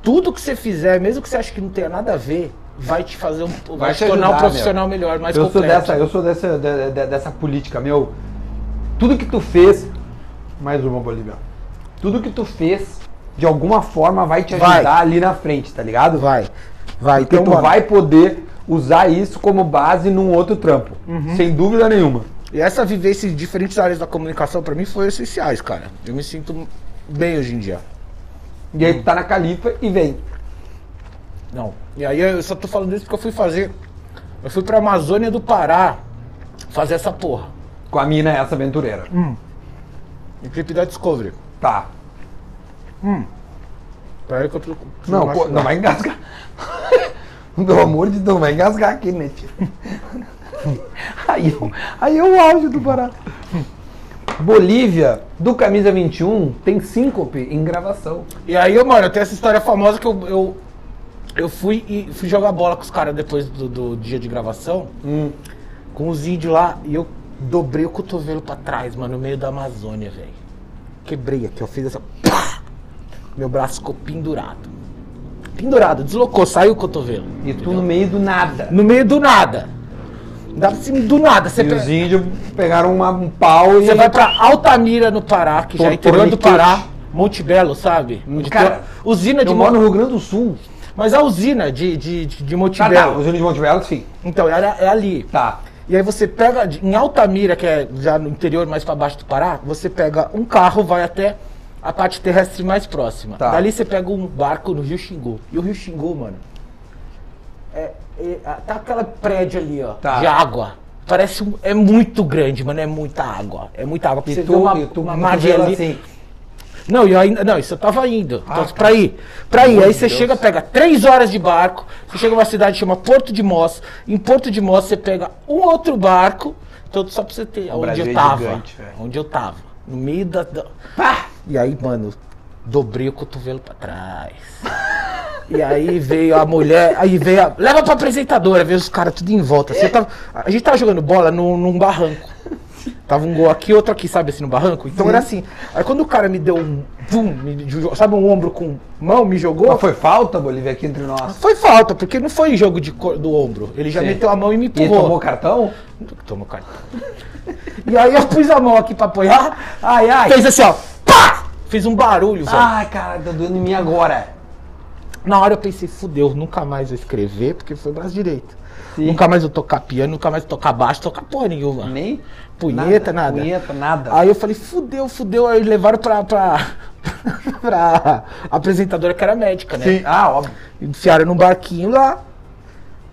Speaker 2: Tudo que você fizer, mesmo que você ache que não tenha nada a ver, vai te fazer um. Vai,
Speaker 1: Vai
Speaker 2: te
Speaker 1: te
Speaker 2: tornar
Speaker 1: ajudar,
Speaker 2: um profissional melhor, mais
Speaker 1: eu sou
Speaker 2: completo.
Speaker 1: dessa, eu sou dessa, de- de- dessa política, meu. Tudo que tu fez. Mais uma, Bolívia. Tudo que tu fez, de alguma forma, vai te
Speaker 2: Vai.
Speaker 1: ajudar ali na frente, tá ligado?
Speaker 2: Vai. Vai,
Speaker 1: Porque
Speaker 2: então
Speaker 1: tu
Speaker 2: bora.
Speaker 1: vai poder usar isso como base num outro trampo. Sem dúvida nenhuma.
Speaker 2: E essa vivência em diferentes áreas da comunicação, pra mim, foi essenciais, cara. Eu me sinto bem hoje em dia.
Speaker 1: E aí tu tá na califa e vem.
Speaker 2: Não. E aí eu só tô falando isso porque eu fui fazer. Eu fui pra Amazônia do Pará fazer essa porra.
Speaker 1: Com a mina essa aventureira.
Speaker 2: Em clipe da Discovery.
Speaker 1: Tá.
Speaker 2: Peraí que eu tô.
Speaker 1: Não, pô, não vai engasgar. Pelo amor de Deus, não vai engasgar aqui, né, tio? Aí, eu- aí é o auge do Pará. Bolívia, do Camisa 21, tem síncope em gravação.
Speaker 2: E aí, eu, mano, eu tenho essa história famosa que eu, eu, eu fui e fui jogar bola com os caras depois do, do dia de gravação,
Speaker 1: Hum.
Speaker 2: com os índios lá, e eu dobrei o cotovelo pra trás, mano, no meio da Amazônia, velho. Quebrei aqui, eu fiz essa. pá! Meu braço ficou pendurado. Pendurado, deslocou, saiu o cotovelo.
Speaker 1: E tu no meio do nada.
Speaker 2: No meio do nada. Dá pra cima do nada. Você
Speaker 1: E
Speaker 2: pe-
Speaker 1: os índios pegaram uma- um pau e.
Speaker 2: você vai pra Altamira, no Pará, que já é interior do
Speaker 1: Torniquete.
Speaker 2: Pará, Monte Belo, sabe? Onde tem
Speaker 1: Hum, Cara,
Speaker 2: a usina de
Speaker 1: Eu moro no Rio Grande do Sul.
Speaker 2: Mas a usina de, de, de, de Monte
Speaker 1: Tá, tá,
Speaker 2: Belo.
Speaker 1: os índios de Monte Belo, sim.
Speaker 2: Então, era- é, ali.
Speaker 1: Tá.
Speaker 2: E aí você pega, de- em Altamira, que é já no interior, mais pra baixo do Pará, você pega um carro, vai até a parte terrestre mais próxima.
Speaker 1: Tá.
Speaker 2: Dali você pega um barco no Rio Xingu. E o Rio Xingu, mano, é, é- a- tá aquela prédio ali, ó,
Speaker 1: Tá.
Speaker 2: de água. Parece um, é muito grande, mano, é muita água. É muita água. Pra
Speaker 1: E
Speaker 2: você
Speaker 1: tu,
Speaker 2: ver uma,
Speaker 1: e tu
Speaker 2: uma
Speaker 1: com o
Speaker 2: margem
Speaker 1: cotovelo
Speaker 2: ali.
Speaker 1: assim.
Speaker 2: Não, eu ainda, não, isso eu tava indo.
Speaker 1: Ah,
Speaker 2: então,
Speaker 1: tá.
Speaker 2: pra ir, pra ir.
Speaker 1: Meu
Speaker 2: Aí você
Speaker 1: Deus.
Speaker 2: chega, pega três horas de barco, você chega numa cidade que chama Porto de Mós. Em Porto de Mós você pega um outro barco. Então, só pra você ter onde
Speaker 1: Brasil
Speaker 2: eu
Speaker 1: é
Speaker 2: tava.
Speaker 1: gigante, velho.
Speaker 2: onde eu tava. No meio da. da-
Speaker 1: Pá!
Speaker 2: E aí, mano, Dobrei o cotovelo pra trás. E aí veio a mulher, aí veio a. Leva pra apresentadora, veio os caras tudo em volta. assim, eu tava- a gente tava jogando bola num, num barranco. Tava um gol aqui, outro aqui, sabe assim, no barranco? Então era assim. Aí quando o cara me deu um. Vum, me jogou- sabe um ombro com mão, me jogou.
Speaker 1: Mas foi falta, Bolívia, aqui entre nós?
Speaker 2: Foi falta, porque não foi jogo de cor- do ombro. Ele já
Speaker 1: Sim.
Speaker 2: meteu a mão e me
Speaker 1: E ele
Speaker 2: empurrou.
Speaker 1: tomou cartão?
Speaker 2: Tomou cartão. e aí eu pus a mão aqui pra apoiar.
Speaker 1: Ai, ai.
Speaker 2: Fez assim, ó. Pá! Fez um barulho, velho.
Speaker 1: Ai, caralho, tá doendo em mim agora.
Speaker 2: Na hora eu pensei, fudeu, nunca mais vou escrever, porque foi braço direito.
Speaker 1: Sim.
Speaker 2: Nunca mais vou tocar piano, nunca mais tocar baixo, tocar porra nenhuma.
Speaker 1: Nem?
Speaker 2: Punheta, nada.
Speaker 1: Punheta, nada.
Speaker 2: Aí eu falei, fudeu, fudeu. Aí levaram pra, pra, pra apresentadora que era médica, né?
Speaker 1: Sim. Ah, óbvio.
Speaker 2: Enfiaram num barquinho lá,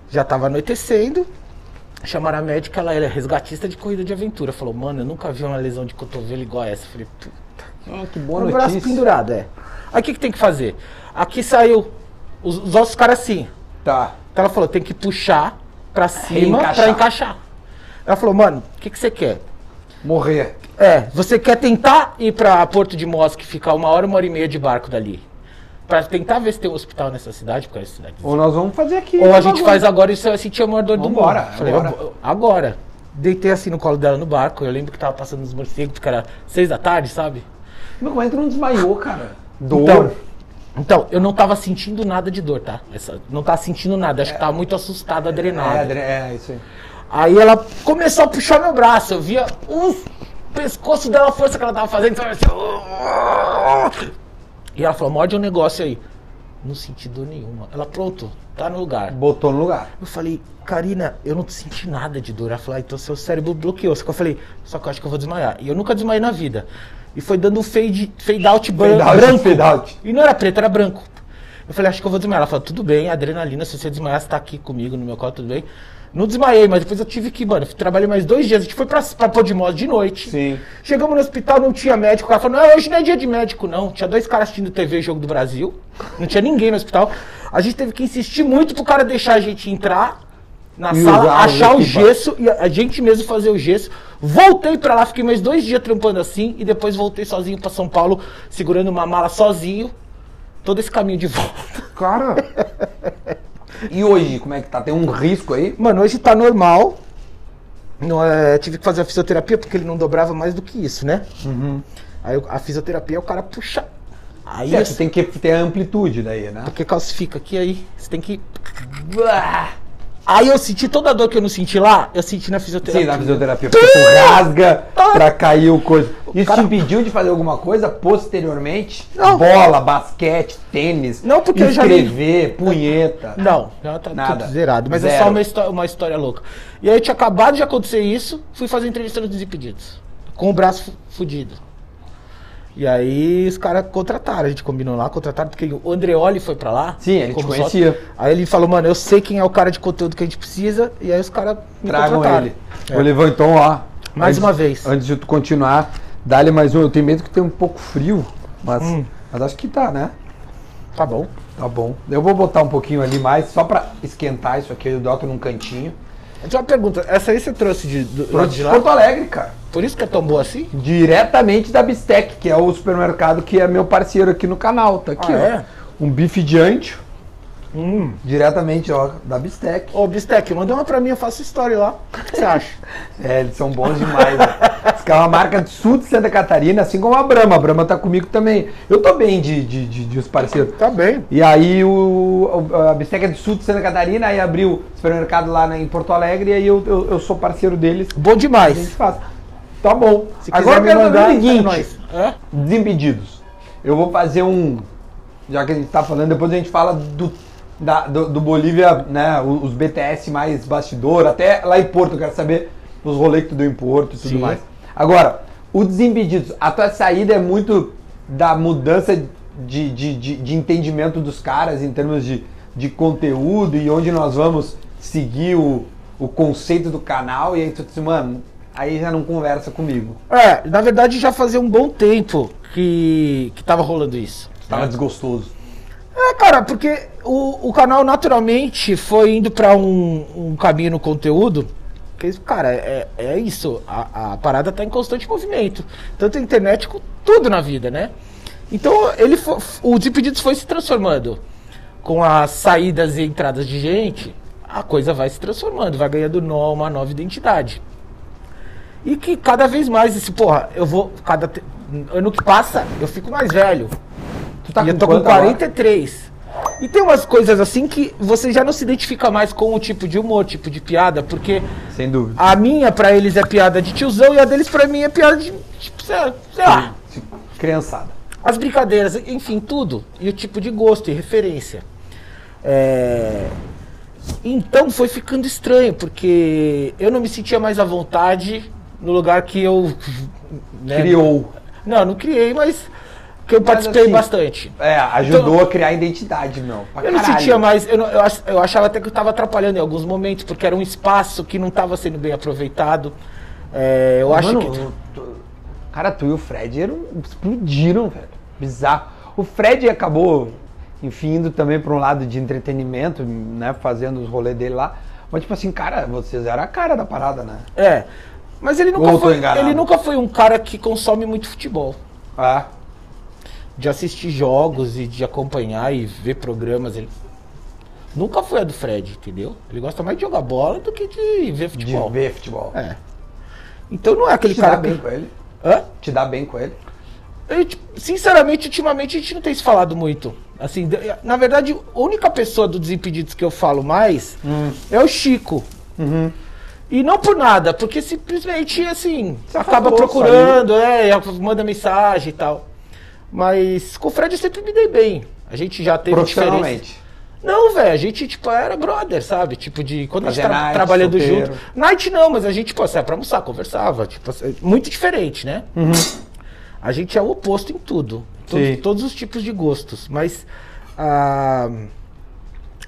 Speaker 2: já tava anoitecendo. Chamaram a médica, ela era resgatista de corrida de aventura. Falou, mano, eu nunca vi uma lesão de cotovelo igual essa. Eu Falei, puta.
Speaker 1: Ah, que
Speaker 2: O
Speaker 1: boa
Speaker 2: braço
Speaker 1: notícia.
Speaker 2: Um pendurado, é. Aí o que, que tem que fazer? Aqui saiu os, os ossos caras assim.
Speaker 1: Tá.
Speaker 2: Então ela falou, tem que puxar pra cima
Speaker 1: Reencaixar.
Speaker 2: pra encaixar. Ela falou, mano, o que, que você quer?
Speaker 1: Morrer.
Speaker 2: É, você quer tentar ir pra Porto de Mós, que fica uma hora, uma hora e meia de barco dali. Pra tentar ver se tem um hospital nessa cidade, porque essa cidade
Speaker 1: Ou nós vamos fazer aqui.
Speaker 2: ou a gente faz agora e você vai sentir a maior dor do
Speaker 1: Vambora,
Speaker 2: mundo. Falei,
Speaker 1: vambora.
Speaker 2: "Vambora, agora. Deitei assim no colo dela no barco. Eu lembro que tava passando nos morcegos, porque era seis da tarde, sabe?
Speaker 1: Meu, como é que tu não desmaiou, cara? Dor.
Speaker 2: Então, então, eu não tava sentindo nada de dor, tá? Essa- não tava sentindo nada. Acho que tava muito assustada,
Speaker 1: é,
Speaker 2: drenada.
Speaker 1: Adri- é, isso aí.
Speaker 2: Aí ela começou a puxar meu braço. Eu via o pescoço dela, a força que ela tava fazendo. sabe, assim, E ela falou: morde um negócio aí. Não senti dor nenhuma. Ela, pronto, tá no lugar.
Speaker 1: Botou no lugar.
Speaker 2: Eu falei, Karina, eu não senti nada de dor. Ela falou, ah, então seu cérebro bloqueou. Só que eu falei, só que eu acho que eu vou desmaiar. E eu nunca desmaiei na vida. E foi dando um fade, fade out bran-
Speaker 1: Fade out,
Speaker 2: branco.
Speaker 1: fade out.
Speaker 2: E não era preto, era branco. Eu falei, acho que eu vou desmaiar. Ela falou, tudo bem, adrenalina, se você desmaiar, você tá aqui comigo no meu colo, tudo bem. Não desmaiei, mas depois eu tive que, mano, trabalhei mais dois dias. A gente foi pra, pra Podmos de noite.
Speaker 1: Sim.
Speaker 2: Chegamos no hospital, não tinha médico. Ela falou, não, hoje não é dia de médico, não. Tinha dois caras assistindo TV Jogo do Brasil. Não tinha ninguém no hospital. A gente teve que insistir muito pro cara deixar a gente entrar na
Speaker 1: E
Speaker 2: sala,
Speaker 1: usar a
Speaker 2: achar o
Speaker 1: equipa.
Speaker 2: gesso e a a gente mesmo fazer o gesso. Voltei pra lá, fiquei mais dois dias trampando assim e depois voltei sozinho pra São Paulo, segurando uma mala sozinho. Todo esse caminho de volta.
Speaker 1: Cara. e hoje, como é que tá? Tem um risco aí?
Speaker 2: Mano, hoje tá normal. Não é- tive que fazer a fisioterapia porque ele não dobrava mais do que isso, né? Aí eu- a fisioterapia é o cara puxa. Aí
Speaker 1: É,
Speaker 2: assim,
Speaker 1: tu tem que ter amplitude daí, né?
Speaker 2: porque calcifica aqui aí, você tem que. Aí eu senti toda a dor que eu não senti lá, eu senti na
Speaker 1: Sim,
Speaker 2: fisioterapia.
Speaker 1: na fisioterapia, porque tu rasga pra cair o coisa. Isso
Speaker 2: Ah! cara-
Speaker 1: te impediu de fazer alguma coisa posteriormente?
Speaker 2: Não.
Speaker 1: Bola, basquete, tênis,
Speaker 2: Não, porque eu já li-
Speaker 1: escrever, punheta.
Speaker 2: Não, já tá
Speaker 1: Nada.
Speaker 2: tudo zerado. Mas é
Speaker 1: Zero.
Speaker 2: só uma história, uma história louca. E aí tinha acabado de acontecer isso, fui fazer entrevista nos Desimpedidos. Com o braço fu- fudido. E aí os caras contrataram, a gente combinou lá, contrataram, porque o Andreoli foi pra lá.
Speaker 1: Sim, ele
Speaker 2: como
Speaker 1: te
Speaker 2: sócio.
Speaker 1: conhecia.
Speaker 2: Aí ele falou, mano, eu sei quem é o cara de conteúdo que a gente precisa, e aí os caras me
Speaker 1: Tragam
Speaker 2: contrataram.
Speaker 1: ele.
Speaker 2: É.
Speaker 1: Ô, Levão, então, ó.
Speaker 2: Mais uma vez.
Speaker 1: Antes de tu continuar, dá-lhe mais um. Eu tenho medo que tenha um pouco frio, mas, mas acho que tá, né?
Speaker 2: Hum. Tá bom.
Speaker 1: Tá bom. Eu vou botar um pouquinho ali mais, só pra esquentar isso aqui. Eu boto num cantinho.
Speaker 2: Então uma pergunta, essa aí você trouxe de, do-
Speaker 1: Pronto,
Speaker 2: de
Speaker 1: de
Speaker 2: lá?
Speaker 1: Porto Alegre, cara.
Speaker 2: Por isso que é tão boa assim?
Speaker 1: diretamente da Bistec, que é o supermercado que é meu parceiro aqui no canal. Tá aqui,
Speaker 2: Ah,
Speaker 1: ó.
Speaker 2: é?
Speaker 1: Um bife de ancho,
Speaker 2: Hum.
Speaker 1: diretamente, ó, da Bistec.
Speaker 2: Ô, Bistec, manda uma pra mim, eu faço história lá. O que você acha?
Speaker 1: É, eles são bons demais. né? Esse que é uma marca do sul de Santa Catarina, assim como a Brahma. A Brahma tá comigo também. Eu tô bem de, de, de, de os parceiros.
Speaker 2: tá bem.
Speaker 1: E aí o, o- a Bistec é do sul de Santa Catarina, aí abriu o supermercado lá né, em Porto Alegre, e aí eu, eu, eu sou parceiro deles,
Speaker 2: Bom
Speaker 1: a gente
Speaker 2: demais.
Speaker 1: faz. Tá bom.
Speaker 2: Se
Speaker 1: Agora eu
Speaker 2: quiser
Speaker 1: quero saber
Speaker 2: me mandar,
Speaker 1: o seguinte.
Speaker 2: É?
Speaker 1: Desimpedidos. Eu vou fazer um. Já que a gente tá falando, depois a gente fala do, da- do, do Bolívia, né? o- Os BTS mais bastidor, até lá em Porto, eu quero saber os rolês que tu deu em Porto e tudo
Speaker 2: Sim.
Speaker 1: mais. Agora, o Desimpedidos, a tua saída é muito da mudança de, de, de, de entendimento dos caras em termos de, de conteúdo e onde nós vamos seguir o, o conceito do canal, e aí tu disse, mano, aí já não conversa comigo.
Speaker 2: É, na verdade já fazia um bom tempo que, que tava rolando isso.
Speaker 1: Tava desgostoso.
Speaker 2: É, cara, porque o, o canal naturalmente foi indo pra um, um caminho no conteúdo. Que, cara, é, é isso. A, a parada tá em constante movimento. Tanto a internet com tudo na vida, né? Então ele fo- o Desimpedidos foi se transformando. Com as saídas e entradas de gente, a coisa vai se transformando, vai ganhando nó, uma nova identidade. E que cada vez mais esse, porra, eu vou. Cada te- ano que passa, eu fico mais velho.
Speaker 1: Tu tá
Speaker 2: e eu
Speaker 1: com
Speaker 2: tô com
Speaker 1: quanto agora?
Speaker 2: 43. E tem umas coisas assim que você já não se identifica mais com o tipo de humor, tipo de piada, porque
Speaker 1: Sem dúvida.
Speaker 2: a minha pra eles é piada de tiozão e a deles pra mim é piada de. Tipo, sei, sei lá.
Speaker 1: Criançada.
Speaker 2: As brincadeiras, enfim, tudo. E o tipo de gosto e referência. É, Então foi ficando estranho, porque eu não me sentia mais à vontade no lugar que eu. né,
Speaker 1: Criou.
Speaker 2: Não, não criei, mas que eu participei
Speaker 1: assim,
Speaker 2: bastante.
Speaker 1: É, ajudou a criar identidade, meu. Pra
Speaker 2: Então- Eu não
Speaker 1: caralho.
Speaker 2: sentia mais, eu, não- eu ach- eu achava até que eu estava atrapalhando em alguns momentos, porque era um espaço que não estava sendo bem aproveitado. É, eu acho
Speaker 1: Mano,
Speaker 2: que.
Speaker 1: tu- Cara, tu e o Fred eram, explodiram, velho. Bizarro. O Fred acabou, enfim, indo também pra um lado de entretenimento, né? Fazendo os rolês dele lá. Mas, tipo assim, cara, vocês eram a cara da parada, né?
Speaker 2: É. Mas ele
Speaker 1: Ou
Speaker 2: nunca,
Speaker 1: eu tô
Speaker 2: foi,
Speaker 1: enganado.
Speaker 2: ele nunca foi um cara que consome muito futebol.
Speaker 1: Ah,
Speaker 2: De assistir jogos e de acompanhar e ver programas. Ele... Nunca foi a do Fred, entendeu? Ele gosta mais de jogar bola do que de ver
Speaker 1: de
Speaker 2: futebol.
Speaker 1: ver futebol.
Speaker 2: É. Então não é aquele
Speaker 1: Te dá
Speaker 2: cara.
Speaker 1: bem
Speaker 2: que...
Speaker 1: com ele?
Speaker 2: Hã?
Speaker 1: Te dá bem com ele?
Speaker 2: Eu, tipo, sinceramente, ultimamente a gente não tem se falado muito. Assim, de- na verdade, a única pessoa do Desimpedidos que eu falo mais é o Chico. E não por nada, porque simplesmente, assim, acaba
Speaker 1: falou,
Speaker 2: procurando, é, manda mensagem e tal. Mas com o Fred eu sempre me dei bem. A gente já teve diferença.
Speaker 1: Profissionalmente.
Speaker 2: Não, velho, a gente, tipo, era brother, sabe? Tipo, de quando a gente
Speaker 1: Fazer
Speaker 2: tava
Speaker 1: night,
Speaker 2: trabalhando
Speaker 1: solteiro.
Speaker 2: junto. Night não, mas a gente, pô, saia pra almoçar, conversava. Tipo, assim, muito diferente, né? A gente é o oposto em tudo. Todos,
Speaker 1: Uhum. Sim.
Speaker 2: todos os tipos de gostos. Mas. ah,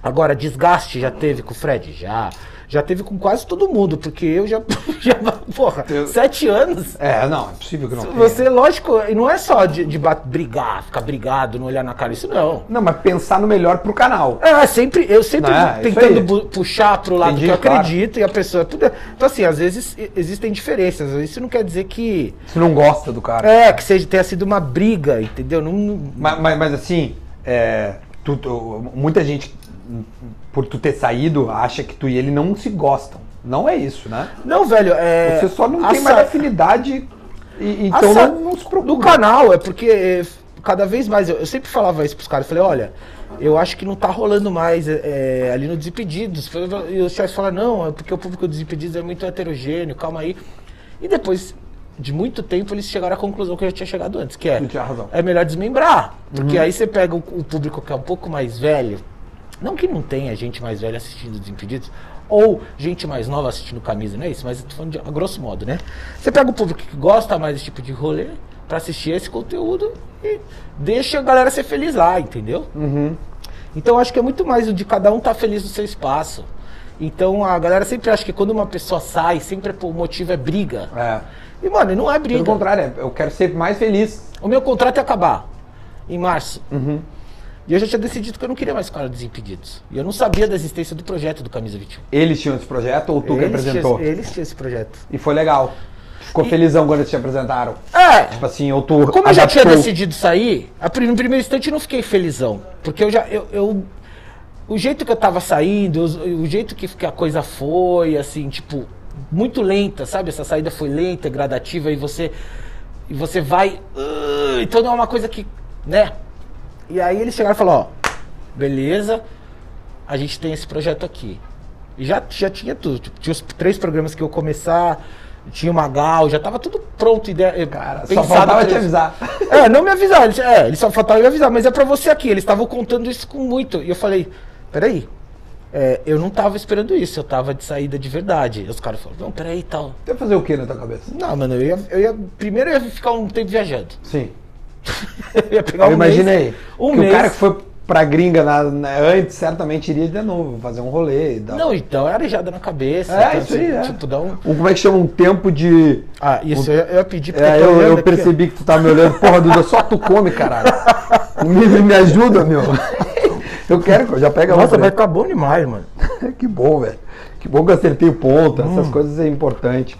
Speaker 2: agora, desgaste já teve com o Fred? Já. Já teve com quase todo mundo, porque eu já. já porra,
Speaker 1: Eu-
Speaker 2: sete anos.
Speaker 1: É, não, é possível que não tenha.
Speaker 2: Você, lógico, e não é só de, de ba- brigar, ficar brigado, não olhar na cara, isso não.
Speaker 1: Não, mas pensar no melhor pro canal.
Speaker 2: É, sempre, eu sempre
Speaker 1: Não, é, isso
Speaker 2: tentando
Speaker 1: aí.
Speaker 2: bu- puxar pro lado
Speaker 1: Entendi,
Speaker 2: que eu
Speaker 1: claro.
Speaker 2: acredito e a pessoa. Tudo é- Então, assim, às vezes e- existem diferenças. Isso não quer dizer que.
Speaker 1: Você não gosta do cara.
Speaker 2: É, que seja, tenha sido uma briga, entendeu? Não, não-
Speaker 1: Mas, mas- mas, assim, é, tu- tu- muita gente, por tu ter saído, acha que tu e ele não se gostam. Não é isso, né?
Speaker 2: não, velho. É,
Speaker 1: Você só não
Speaker 2: a
Speaker 1: tem mais
Speaker 2: sa-
Speaker 1: afinidade, e,
Speaker 2: a
Speaker 1: então
Speaker 2: sa-
Speaker 1: não, não se
Speaker 2: Do
Speaker 1: preocupa.
Speaker 2: canal, é porque é, cada vez mais. Eu, eu sempre falava isso pros caras. Eu falei, olha, eu acho que não tá rolando mais é, é, ali no Desimpedidos. E o chefe fala, não, é porque o público do Desimpedidos é muito heterogêneo, calma aí. E depois de muito tempo eles chegaram à conclusão que eu já tinha chegado antes, que é.
Speaker 1: Tu tinha razão.
Speaker 2: é melhor desmembrar. Porque aí você pega o, o público que é um pouco mais velho. Não que não tenha gente mais velha assistindo Desimpedidos, ou gente mais nova assistindo camisa, não é isso? Mas eu tô falando de, a grosso modo, né? Você pega o público que gosta mais desse tipo de rolê pra assistir esse conteúdo e deixa a galera ser feliz lá, entendeu? Então eu acho que é muito mais o de cada um estar feliz no seu espaço. Então a galera sempre acha que quando uma pessoa sai, sempre é por- o motivo é briga.
Speaker 1: É.
Speaker 2: E, mano, não é
Speaker 1: Pelo
Speaker 2: briga.
Speaker 1: contrário, é, eu quero ser mais feliz.
Speaker 2: O meu contrato ia acabar em março. E eu já tinha decidido que eu não queria mais ficar no Desimpedidos. E eu não sabia da existência do projeto do Camisa 21.
Speaker 1: Eles tinham esse projeto ou tu que
Speaker 2: Eles
Speaker 1: apresentou?
Speaker 2: tinham- eles tinham esse projeto.
Speaker 1: E foi legal. Tu Ficou felizão quando eles te apresentaram.
Speaker 2: É,
Speaker 1: Tipo assim, ou tu.
Speaker 2: Como eu já tinha
Speaker 1: adaptou.
Speaker 2: decidido sair, a pri- no primeiro instante eu não fiquei felizão. Porque eu já. Eu, eu- o jeito que eu tava saindo, os- o, jeito que, que a coisa foi, assim, tipo, muito lenta, sabe? Essa saída foi lenta, gradativa, e você. E você vai. "Ah", então não é uma coisa que. né? E aí eles chegaram e falaram, ó, beleza, a gente tem esse projeto aqui. E já, já tinha tudo. tipo, tinha os três programas que eu ia começar, tinha o Magal, já tava tudo pronto. Ideia,
Speaker 1: Cara, só faltava te avisar.
Speaker 2: é, não me avisaram. Eles, é, eles só faltaram me avisar, mas é pra você aqui. Eles estavam contando isso com muito. E eu falei, peraí. é, eu não tava esperando isso, eu tava de saída de verdade. E os caras falaram, não, peraí e tal.
Speaker 1: Tu ia fazer o que na tua cabeça?
Speaker 2: Não, mano, eu ia, eu ia. Primeiro eu ia ficar um tempo viajando.
Speaker 1: Sim.
Speaker 2: Eu ia pegar
Speaker 1: eu
Speaker 2: um mês-
Speaker 1: imaginei.
Speaker 2: Um
Speaker 1: que
Speaker 2: mês.
Speaker 1: o cara é que foi pra gringa na- na- antes certamente iria de novo, fazer um rolê e dar.
Speaker 2: Não, então era arejada na cabeça.
Speaker 1: É,
Speaker 2: então,
Speaker 1: isso aí, é.
Speaker 2: Tipo, dá um.
Speaker 1: Um- como é que chama? Um tempo de.
Speaker 2: Ah, isso eu, eu ia pedir pra
Speaker 1: É, eu, eu percebi que tu tá me olhando, porra, Duda, só tu come, caralho. Me, me ajuda, meu. Eu quero, que eu já pega
Speaker 2: Nossa,
Speaker 1: é outra.
Speaker 2: vai ficar bom demais, mano.
Speaker 1: Que bom, velho. Que bom que eu acertei o
Speaker 2: Hum.
Speaker 1: ponto. Essas coisas é importante.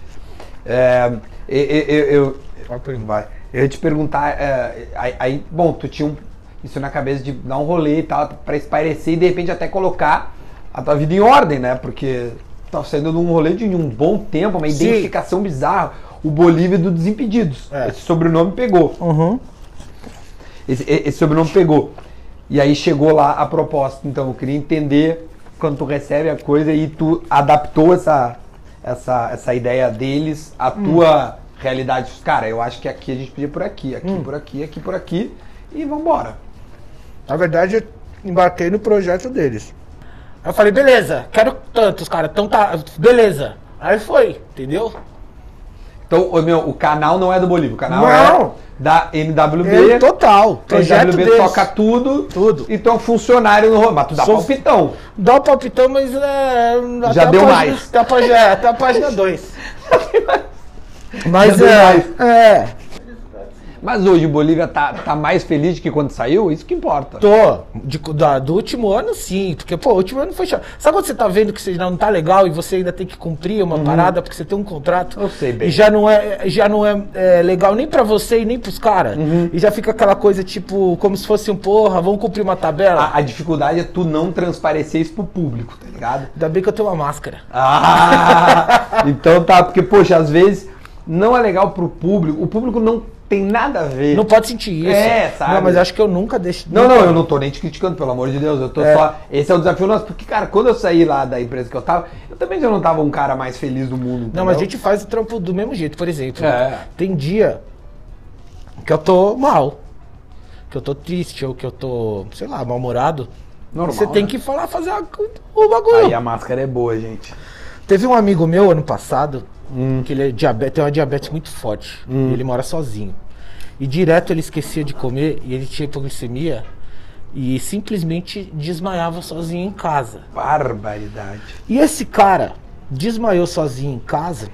Speaker 1: É, e- e- eu, eu-
Speaker 2: Vai por embaixo.
Speaker 1: Eu ia te perguntar, é, aí, aí, bom, tu tinha um- isso na cabeça de dar um rolê e tal, pra espairecer e de repente até colocar a tua vida em ordem, né? Porque tá saindo num rolê de um bom tempo, uma
Speaker 2: Sim.
Speaker 1: identificação bizarra. O Bolívia do Desimpedidos.
Speaker 2: É.
Speaker 1: Esse sobrenome pegou.
Speaker 2: Uhum.
Speaker 1: Esse, e- esse sobrenome pegou. E aí chegou lá a proposta. Então, eu queria entender quando tu recebe a coisa e tu adaptou essa, essa, essa ideia deles à tua realidade. Cara, eu acho que aqui a gente podia ir por aqui, aqui por aqui, aqui por aqui e vambora.
Speaker 3: Na verdade, eu embarquei no projeto deles.
Speaker 2: Aí eu falei, beleza, quero tantos, cara. Então tá, beleza. Aí foi, entendeu?
Speaker 1: Então, ô, meu, o canal não é do Bolívia, o canal é
Speaker 3: Não.
Speaker 1: da NWB.
Speaker 2: é
Speaker 3: Eu, total. Projeto
Speaker 1: NWB
Speaker 3: deles.
Speaker 1: toca tudo.
Speaker 3: Tudo.
Speaker 1: E tu é um funcionário no Roma. Mas tu dá
Speaker 3: Sou-
Speaker 1: palpitão.
Speaker 2: Dá o palpitão, mas é.
Speaker 1: Já
Speaker 2: a
Speaker 1: deu
Speaker 2: página-
Speaker 1: mais.
Speaker 2: Até a página, é, até a página 2.
Speaker 3: Mas
Speaker 1: Também
Speaker 3: é, é.
Speaker 1: Mas hoje o Bolívia tá, tá mais feliz do que quando saiu? Isso que importa.
Speaker 2: Tô. De- da- do último ano, sim. Porque, pô, o último ano foi chato. Sabe quando você tá vendo que você não tá legal e você ainda tem que cumprir uma parada porque você tem um contrato?
Speaker 1: Uhum. Eu sei bem.
Speaker 2: E já não é, já não é, é, legal nem pra você e nem pros caras.
Speaker 1: Uhum.
Speaker 2: E já fica aquela coisa, tipo, como se fosse um porra, vamos cumprir uma tabela.
Speaker 1: A, a dificuldade é tu não transparecer isso pro público, tá ligado?
Speaker 2: Ainda bem que eu tenho uma máscara.
Speaker 1: Ah! então tá, porque, poxa, às vezes não é legal pro público, o público não tem nada a ver.
Speaker 2: Não pode sentir isso.
Speaker 1: É, sabe?
Speaker 2: Não, mas acho que eu nunca deixo.
Speaker 1: Não, não, eu não tô nem te criticando, pelo amor de Deus. Eu tô só. Esse é o desafio nosso, porque, cara, quando eu saí lá da empresa que eu tava, eu também já não tava um cara mais feliz do mundo.
Speaker 2: Não, mas a
Speaker 1: entendeu?
Speaker 2: gente faz o trampo do mesmo jeito, por exemplo.
Speaker 1: É.
Speaker 2: Tem dia que eu tô mal. Que eu tô triste, ou que eu tô, sei lá, mal-humorado.
Speaker 1: Normal,
Speaker 2: Você tem
Speaker 1: né?
Speaker 2: que falar, fazer a- o bagulho.
Speaker 1: Aí a máscara é boa, gente.
Speaker 2: Teve um amigo meu ano passado,
Speaker 1: Hum.
Speaker 2: que ele é diabe- tem uma diabetes muito forte. E ele mora sozinho. E direto ele esquecia de comer e ele tinha hipoglicemia e simplesmente desmaiava sozinho em casa.
Speaker 1: Barbaridade.
Speaker 2: E esse cara desmaiou sozinho em casa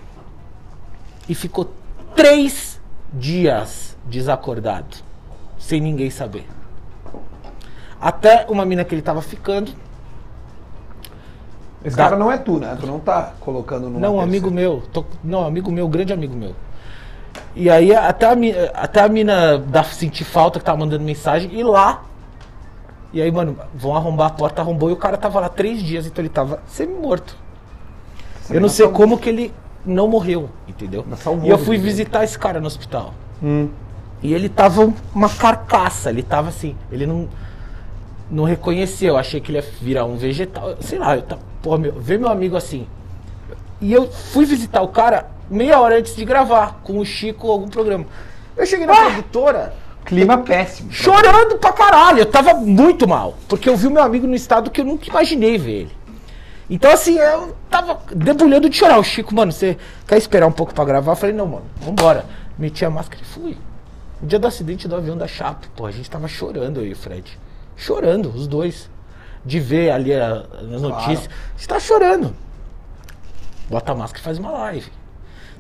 Speaker 2: e ficou três dias desacordado, sem ninguém saber. Até uma mina que ele tava ficando,
Speaker 1: Esse
Speaker 2: Dá-
Speaker 1: cara não é tu, né? Tu não tá colocando no.
Speaker 2: não, um amigo meu, tô- não, um amigo meu, um grande amigo meu. E aí até a, mi- até a mina da sentir falta que tava mandando mensagem e lá. E aí, mano, vão arrombar a porta, arrombou e o cara tava lá três dias, então ele tava semi-morto. Eu não sei como que ele não morreu, entendeu?
Speaker 1: Mas salvou Hum.
Speaker 2: E eu
Speaker 1: ele,
Speaker 2: fui
Speaker 1: né?
Speaker 2: visitar esse cara no hospital. E ele tava uma carcaça, ele tava assim, ele não não reconheceu, achei que ele ia virar um vegetal, sei lá, eu tava, porra, meu, ver meu amigo assim. E eu fui visitar o cara meia hora antes de gravar com o Chico algum programa. Ah! Eu cheguei na produtora
Speaker 1: Clima péssimo.
Speaker 2: chorando pra caralho. Eu tava muito mal. Porque eu vi o meu amigo num estado que eu nunca imaginei ver ele. Então, assim, eu tava debulhando de chorar. O Chico, mano, você quer esperar um pouco pra gravar? Eu falei, não, mano, vambora. Meti a máscara e fui. No dia do acidente do avião da Chape, pô, a gente tava chorando aí, Fred. Chorando, os dois. De ver ali a- as notícias. Você tá chorando. Bota a máscara e faz uma live.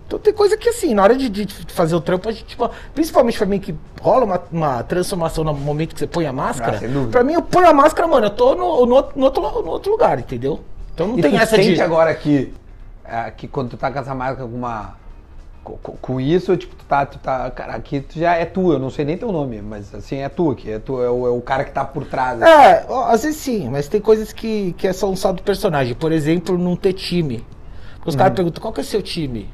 Speaker 2: Então tem coisa que assim, na hora de, de fazer o trampo, a gente, tipo, principalmente pra mim que rola uma, uma transformação no momento que você põe a
Speaker 1: Ah,
Speaker 2: máscara,
Speaker 1: sem dúvida.
Speaker 2: pra mim eu ponho a máscara, mano, eu tô no, no outro- no outro, no outro lugar, entendeu? Então não
Speaker 1: E
Speaker 2: tem
Speaker 1: tu
Speaker 2: essa
Speaker 1: sente
Speaker 2: de.
Speaker 1: agora que, é, que quando tu tá com essa marca alguma. co- co- Com, isso, tipo, tu tá, tu tá. Cara, aqui tu já é tua, eu não sei nem teu nome, mas assim, é tu aqui, é, tu, é, o, é o cara que tá por trás.
Speaker 2: É, ó, às vezes sim, mas tem coisas que, que é só um saldo do personagem. Por exemplo, não ter time. Porque os
Speaker 1: Hum.
Speaker 2: caras perguntam, qual que é o seu time?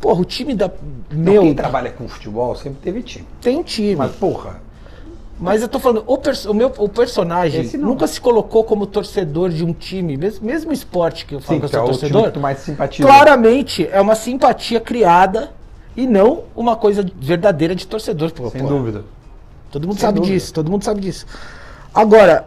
Speaker 2: Porra, o time da.
Speaker 1: Não,
Speaker 2: Meu,
Speaker 1: Quem trabalha com futebol sempre teve time.
Speaker 2: tem time.
Speaker 1: Mas,
Speaker 2: Mas,
Speaker 1: porra,
Speaker 2: eu tô falando, o, perso- o meu, o personagem
Speaker 1: Esse não.
Speaker 2: nunca se colocou como torcedor de um time, mesmo, mesmo esporte que eu falo
Speaker 1: sim,
Speaker 2: que eu
Speaker 1: tu é
Speaker 2: sou
Speaker 1: o time
Speaker 2: torcedor.
Speaker 1: que tu mais simpatiza.
Speaker 2: Claramente é uma simpatia criada e não uma coisa verdadeira de torcedor. Pô,
Speaker 1: Sem
Speaker 2: pô.
Speaker 1: dúvida.
Speaker 2: Todo mundo sabe
Speaker 1: dúvida.
Speaker 2: disso, todo mundo sabe disso. Agora,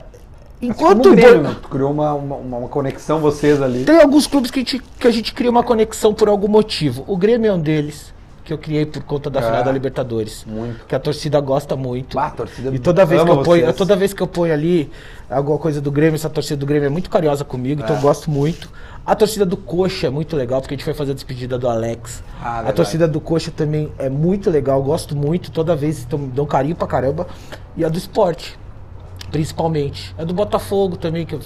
Speaker 2: enquanto
Speaker 1: Como o
Speaker 2: o
Speaker 1: Grêmio,
Speaker 2: Bo-
Speaker 1: né? Tu criou uma, uma, uma conexão, vocês ali.
Speaker 2: tem alguns clubes que a, gente, que a gente cria uma conexão por algum motivo. O Grêmio é um deles, que eu criei por conta da
Speaker 1: É.
Speaker 2: final da Libertadores.
Speaker 1: Muito.
Speaker 2: Que a torcida gosta muito.
Speaker 1: Bah, a torcida
Speaker 2: e toda vez, que
Speaker 1: ama
Speaker 2: eu ponho,
Speaker 1: vocês.
Speaker 2: toda vez que eu ponho ali alguma coisa do Grêmio, essa torcida do Grêmio é muito carinhosa comigo,
Speaker 1: Ah.
Speaker 2: então eu gosto muito. A torcida do Coxa é muito legal, porque a gente foi fazer a despedida do Alex.
Speaker 1: Ah,
Speaker 2: a
Speaker 1: verdade.
Speaker 2: torcida do Coxa também é muito legal, eu gosto muito, toda vez então, me dão carinho pra caramba. E a do esporte principalmente. A do Botafogo também, que eu-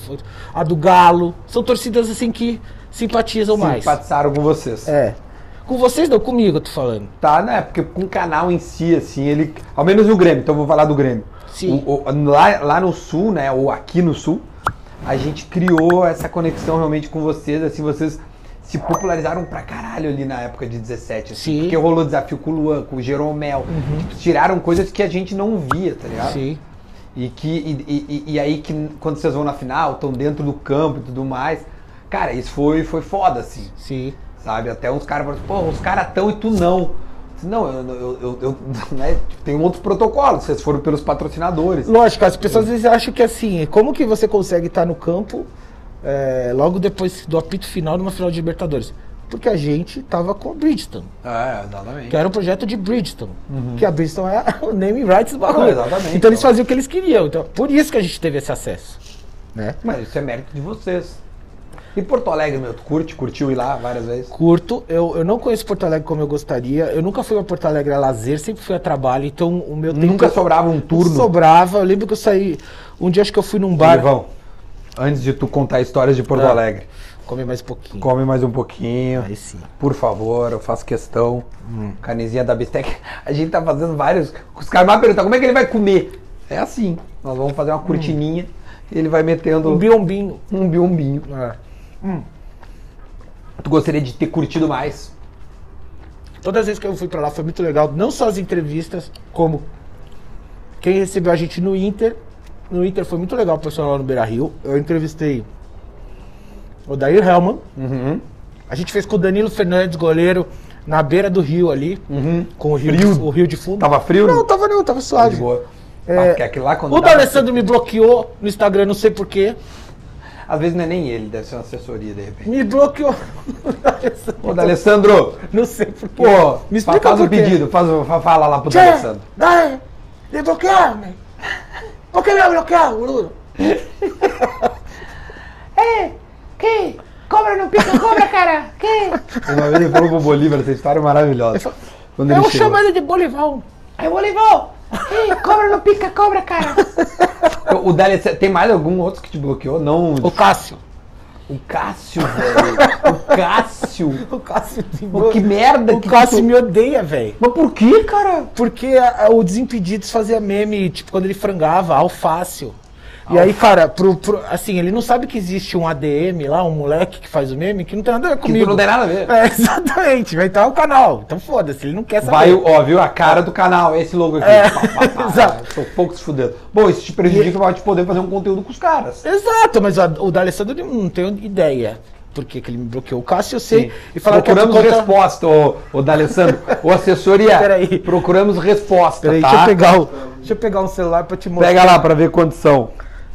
Speaker 2: a do Galo. São torcidas assim que simpatizam mais.
Speaker 1: Simpatizaram com vocês.
Speaker 2: É. Com vocês não, comigo eu tô falando.
Speaker 1: Tá, né? Porque com o canal em si, assim, ele. Ao menos o Grêmio, então eu vou falar do Grêmio.
Speaker 2: Sim.
Speaker 1: O- o- lá, lá no sul, né? Ou aqui no sul, a gente criou essa conexão realmente com vocês. Assim, vocês se popularizaram pra caralho ali na época de 17, assim.
Speaker 2: Sim. Uhum.
Speaker 1: Porque rolou desafio com o Luan, com o Jeromel. Tipo, tiraram coisas que a gente não via, tá ligado?
Speaker 2: Sim.
Speaker 1: E, que, e, e- e- e aí que quando vocês vão na final, estão dentro do campo e tudo mais. Cara, isso foi, foi foda, assim
Speaker 2: Sim.
Speaker 1: sabe? Até uns caras falam assim, pô, os caras tão e tu não. Eu disse, Não, eu, eu, eu, eu- né? Tipo, tem um outro protocolo, vocês foram pelos patrocinadores.
Speaker 2: Lógico, as pessoas às vezes acham que assim, como que você consegue estar no campo é, logo depois do apito final numa final de Libertadores? Porque a gente tava com a Bridgestone,
Speaker 1: É, exatamente.
Speaker 2: que era um projeto de Bridgestone, que a Bridgestone é o name rights do bagulho.
Speaker 1: Não, Uhum. exatamente,
Speaker 2: Então eles
Speaker 1: então.
Speaker 2: faziam o que eles queriam, então por isso que a gente teve esse acesso, né?
Speaker 1: Mas isso é mérito de vocês. E Porto Alegre, meu, tu curte, curtiu ir lá várias vezes?
Speaker 2: Curto, eu, eu não conheço Porto Alegre como eu gostaria, eu nunca fui a Porto Alegre a lazer, sempre fui a trabalho, então o meu tempo...
Speaker 1: Nunca sobrava um turno.
Speaker 2: Sobrava, eu lembro que eu saí, um dia acho que eu fui num bar...
Speaker 1: Ivão, antes de tu contar histórias de Porto
Speaker 2: Ah.
Speaker 1: Alegre,
Speaker 2: Comer mais um pouquinho.
Speaker 1: come mais um pouquinho.
Speaker 2: Aí sim.
Speaker 1: Por favor, eu faço questão.
Speaker 2: Hum.
Speaker 1: Camisinha da Bistec. A gente tá fazendo vários. Os caras vão perguntar como é que ele vai comer. É assim. Nós vamos fazer uma cortininha e ele vai metendo
Speaker 2: Hum. Um biombinho.
Speaker 1: um biombinho.
Speaker 2: É.
Speaker 1: Tu gostaria de ter curtido mais?
Speaker 2: Todas as vezes que eu fui pra lá foi muito legal, não só as entrevistas, como quem recebeu a gente no Inter. No Inter foi muito legal o pessoal lá no Beira Rio. Eu entrevistei o Dair Hellman.
Speaker 1: Uhum.
Speaker 2: A gente fez com o Danilo Fernandes, goleiro, na beira do rio ali, com o rio,
Speaker 1: Uhum. Frio.
Speaker 2: o rio de fundo.
Speaker 1: Tava frio? Tá
Speaker 2: Não, tava não, tava suave.
Speaker 1: de boa.
Speaker 2: É,
Speaker 1: Ah, porque aquilo lá quando
Speaker 2: o
Speaker 1: dá-
Speaker 2: D'Alessandro me bloqueou no Instagram, não sei porquê.
Speaker 1: Às vezes não é nem ele, deve ser uma assessoria de repente.
Speaker 2: Me bloqueou.
Speaker 1: Ô, D'Alessandro!
Speaker 2: não sei porquê.
Speaker 1: Pô,
Speaker 2: Então, me explica
Speaker 1: faz
Speaker 2: por
Speaker 1: um
Speaker 2: quê.
Speaker 1: pedido, faz, um- fa- fala lá pro
Speaker 2: Che,
Speaker 1: D'Alessandro.
Speaker 2: dai, devi bloccarmi. Perché mi ha bloccato, boludo?
Speaker 4: Eh, ¿Qué? Cobra no pica, cobra cara. ¿Quê?
Speaker 1: Uma vez ele falou pro Bolívar, essa história é maravilhosa. Quando ele
Speaker 2: Eu
Speaker 1: chegou,
Speaker 2: chamo ele de Bolivão.
Speaker 4: É Bolivão. ¿Qué? Cobra no pica, cobra cara.
Speaker 1: O D'Alessandro, tem mais algum outro que te bloqueou? Não,
Speaker 2: O Cássio.
Speaker 1: o Cássio, velho. O Cássio.
Speaker 2: O Cássio de
Speaker 1: Pô, que tipo. merda
Speaker 2: O
Speaker 1: que
Speaker 2: Cássio
Speaker 1: tu-
Speaker 2: tipo, me odeia, velho.
Speaker 1: Mas por que, cara?
Speaker 2: Porque a- a- o Desimpedidos fazia meme, tipo, quando ele frangava, alfácio. E aí, cara, pro, pro- assim, ele não sabe que existe um ADM lá, um moleque que faz o meme, que não tem nada a ver
Speaker 1: Que
Speaker 2: comigo.
Speaker 1: tu não tem nada a ver.
Speaker 2: É, exatamente, vai entrar o canal. Então foda-se, ele não quer saber.
Speaker 1: Vai, ó, viu? A cara do canal, esse logo aqui.
Speaker 2: É,
Speaker 1: Pá, pá, pá.
Speaker 2: exato.
Speaker 1: Tô pouco se fudendo. Bom, isso te prejudica pra te poder fazer um conteúdo com os caras.
Speaker 2: Exato, mas a- o D'Alessandro ele não tem ideia por que que ele me bloqueou. O Cássio eu sei. E falaram que
Speaker 1: procuramos
Speaker 2: eu te contar-
Speaker 1: resposta, ô, ô D'Alessandro. ô assessoria,
Speaker 2: Peraí.
Speaker 1: procuramos resposta,
Speaker 2: Peraí,
Speaker 1: tá?
Speaker 2: deixa, eu pegar o- deixa eu pegar um celular pra te mostrar.
Speaker 1: Pega lá pra ver quantos são.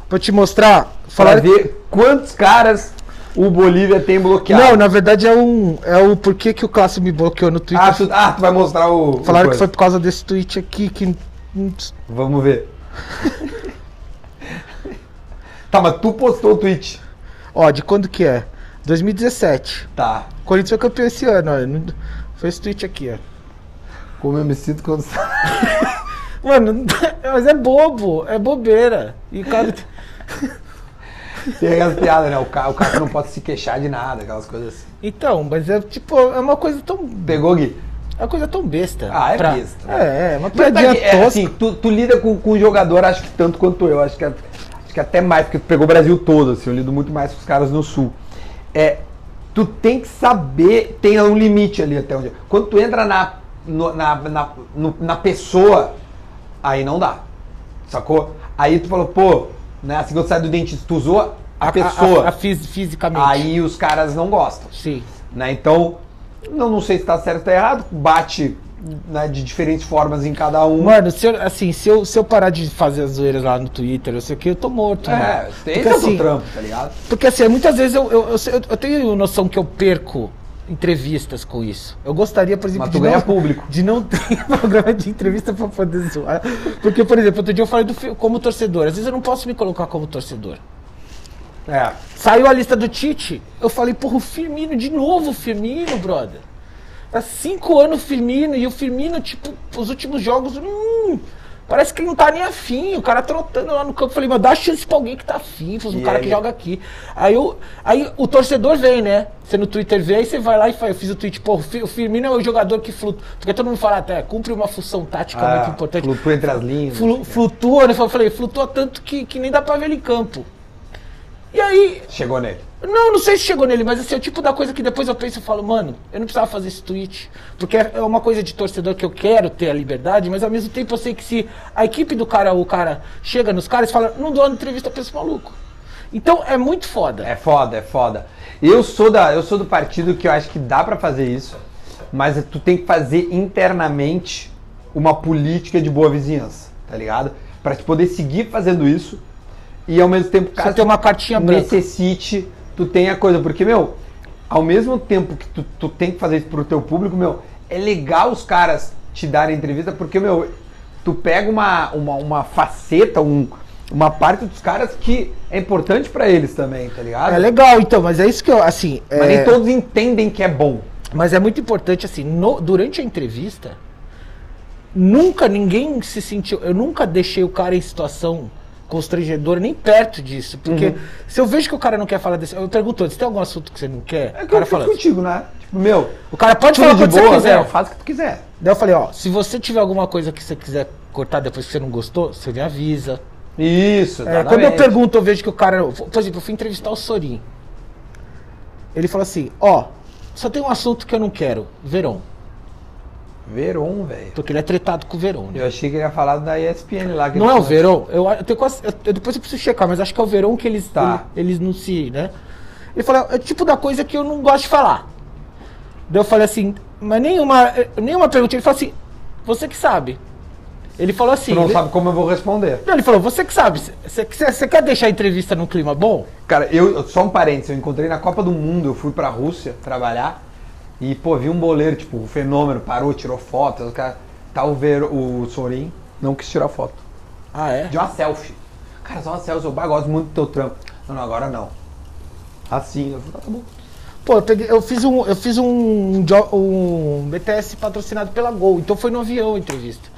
Speaker 2: Pra te mostrar.
Speaker 1: Pra
Speaker 2: Falar
Speaker 1: ver quantos caras o Bolívia tem bloqueado.
Speaker 2: Não, na verdade é um. É o porquê que o Cássio me bloqueou no Twitter.
Speaker 1: Ah, tu, ah, tu vai mostrar o. o
Speaker 2: Falaram que
Speaker 1: coisa.
Speaker 2: foi por causa desse tweet aqui que.
Speaker 1: Vamos ver. tá, mas tu postou o tweet.
Speaker 2: Ó, de quando que é? 2017.
Speaker 1: Tá.
Speaker 2: O Corinthians foi campeão esse ano, ó. Não- Foi esse tweet aqui, ó.
Speaker 1: Como eu me sinto quando.
Speaker 2: Mano, mas é bobo, é bobeira. E o cara.
Speaker 1: tem aquelas piadas, né? O cara, o cara não pode se queixar de nada, aquelas coisas assim.
Speaker 2: Então, mas é tipo, é uma coisa tão
Speaker 1: Pegou, Gui?
Speaker 2: É uma coisa tão besta.
Speaker 1: Ah, é besta, né?
Speaker 2: É, é uma
Speaker 1: Mas
Speaker 2: piadinha
Speaker 1: tá aqui, é,
Speaker 2: tosca.
Speaker 1: assim, tu, tu lida com, com o jogador, acho que tanto quanto eu, acho que, a- acho que é até mais, porque tu pegou o Brasil todo, assim, eu lido muito mais com os caras no sul. É, tu tem que saber, tem um limite ali até onde. Quando tu entra na, no- na, na, no- na pessoa, aí não dá. Sacou? Aí tu falou, pô, né? Assim quando sai do dentista, tu usou a, pessoa.
Speaker 2: A, a fis- fisicamente.
Speaker 1: aí os caras não gostam
Speaker 2: Sim.
Speaker 1: né? Então, não, não sei se tá certo ou tá errado, bate né, de diferentes formas em cada um.
Speaker 2: Mano, se eu, assim, se eu, se eu parar de fazer as zoeiras lá no Twitter, eu sei o que, eu tô morto,
Speaker 1: é,
Speaker 2: mano.
Speaker 1: esse
Speaker 2: Porque,
Speaker 1: é o teu
Speaker 2: assim,
Speaker 1: trampo, tá ligado?
Speaker 2: porque assim, muitas vezes eu, eu, eu, sei- eu- eu tenho noção que eu perco entrevistas com isso. Eu gostaria, por exemplo,
Speaker 1: Mas tu ganha
Speaker 2: não,
Speaker 1: público.
Speaker 2: de não ter programa de entrevista pra poder zoar. Porque, por exemplo, outro dia eu falei do, fi- como torcedor. Às vezes eu não posso me colocar como torcedor.
Speaker 1: É.
Speaker 2: Saiu a lista do Tite, eu falei, porra, o Firmino, de novo o Firmino, brother. Tá Há cinco anos o Firmino, e o Firmino, tipo, os últimos jogos, hum, Parece que ele não tá nem afim, o cara trotando lá no campo. Eu Falei, mano, dá chance pra alguém que tá afim, faz um
Speaker 1: E
Speaker 2: cara que
Speaker 1: aí?
Speaker 2: joga aqui. Aí o, aí o torcedor vem, né? Você no Twitter vê, aí você vai lá e faz, eu fiz o tweet, pô, o Fi- o Firmino é o jogador que flutua. Porque todo mundo fala até, cumpre uma função tática
Speaker 1: Ah,
Speaker 2: muito importante.
Speaker 1: flutua entre as linhas.
Speaker 2: Flu- flutua, né? Eu falei, flutua tanto que, que nem dá pra ver ele em campo. E aí,
Speaker 1: Chegou nele.
Speaker 2: não, não sei se chegou nele, mas assim, é o tipo da coisa que depois eu penso e falo, mano, eu não precisava fazer esse tweet. Porque é é uma coisa de torcedor que eu quero ter a liberdade, mas ao mesmo tempo eu sei que se a equipe do cara, o cara chega nos caras e fala, não dou uma entrevista pra esse maluco. Então é muito foda.
Speaker 1: É foda, é foda. Eu sou da, eu sou do partido que eu acho que dá pra fazer isso, mas tu tem que fazer internamente uma política de boa vizinhança, tá ligado? Pra te poder seguir fazendo isso e ao mesmo tempo
Speaker 2: Você tem uma cartinha branca.
Speaker 1: necessite, tu tem a coisa. Porque, meu, ao mesmo tempo que tu, tu tem que fazer isso pro teu público, meu, é legal os caras te darem entrevista, porque, meu, tu pega uma, uma, uma faceta, um, uma parte dos caras que é importante pra eles também, tá ligado?
Speaker 2: É legal, então, mas é isso que eu, assim.
Speaker 1: Mas
Speaker 2: é-
Speaker 1: nem todos entendem que é bom.
Speaker 2: Mas é muito importante, assim, no- durante a entrevista, nunca ninguém se sentiu. Eu nunca deixei o cara em situação constrangedora, nem perto disso. Porque se eu vejo que o cara não quer falar desse. Eu pergunto, antes, tem algum assunto que você não quer?
Speaker 1: É
Speaker 2: o
Speaker 1: que eu
Speaker 2: cara
Speaker 1: fico
Speaker 2: fala. assim,
Speaker 1: contigo, né? Tipo, meu,
Speaker 2: O cara pode
Speaker 1: tudo
Speaker 2: falar
Speaker 1: de
Speaker 2: quando você
Speaker 1: boa,
Speaker 2: quiser.
Speaker 1: né? Faz o que tu quiser.
Speaker 2: Daí eu falei, ó, se você tiver alguma coisa que você quiser cortar depois que você não gostou, você me avisa.
Speaker 1: Isso,
Speaker 2: É, quando eu pergunto, eu vejo que o cara. Por exemplo, eu fui entrevistar o Sorin. Ele falou assim: ó, só tem um assunto que eu não quero: Verão.
Speaker 1: Veron, velho.
Speaker 2: Porque ele é tretado com o Verão. Né?
Speaker 1: Eu achei que ele ia falar da ESPN lá. que
Speaker 2: Não
Speaker 1: ele
Speaker 2: é
Speaker 1: falou.
Speaker 2: o verão? Eu, a- eu tenho quase- eu- eu- depois eu preciso checar, mas acho que é o verão que eles,
Speaker 1: Tá.
Speaker 2: ele- eles não se. né? Ele falou, é o tipo da coisa que eu não gosto de falar. Daí eu falei assim, mas nenhuma, eh, nenhuma pergunta. Ele falou assim, você que sabe. Ele falou assim.
Speaker 1: Tu não
Speaker 2: ele-
Speaker 1: sabe como eu vou responder.
Speaker 2: Não, ele falou, você que sabe, você quer deixar a entrevista num clima bom?
Speaker 1: Cara, eu só um parênteses, eu encontrei na Copa do Mundo, eu fui pra Rússia trabalhar e, pô, vi um boleiro, tipo, um fenômeno, parou, tirou foto, o cara, tá o, Ver, o Sorin, não quis tirar foto.
Speaker 2: Ah, é?
Speaker 1: De uma selfie. Cara, só uma selfie, eu bah, gosto muito do teu trampo. Não, não, agora não. Assim, eu falei, tá bom.
Speaker 2: Pô, eu, peguei- eu fiz, um, eu fiz um, jo- um BTS patrocinado pela Gol, então foi no avião a entrevista.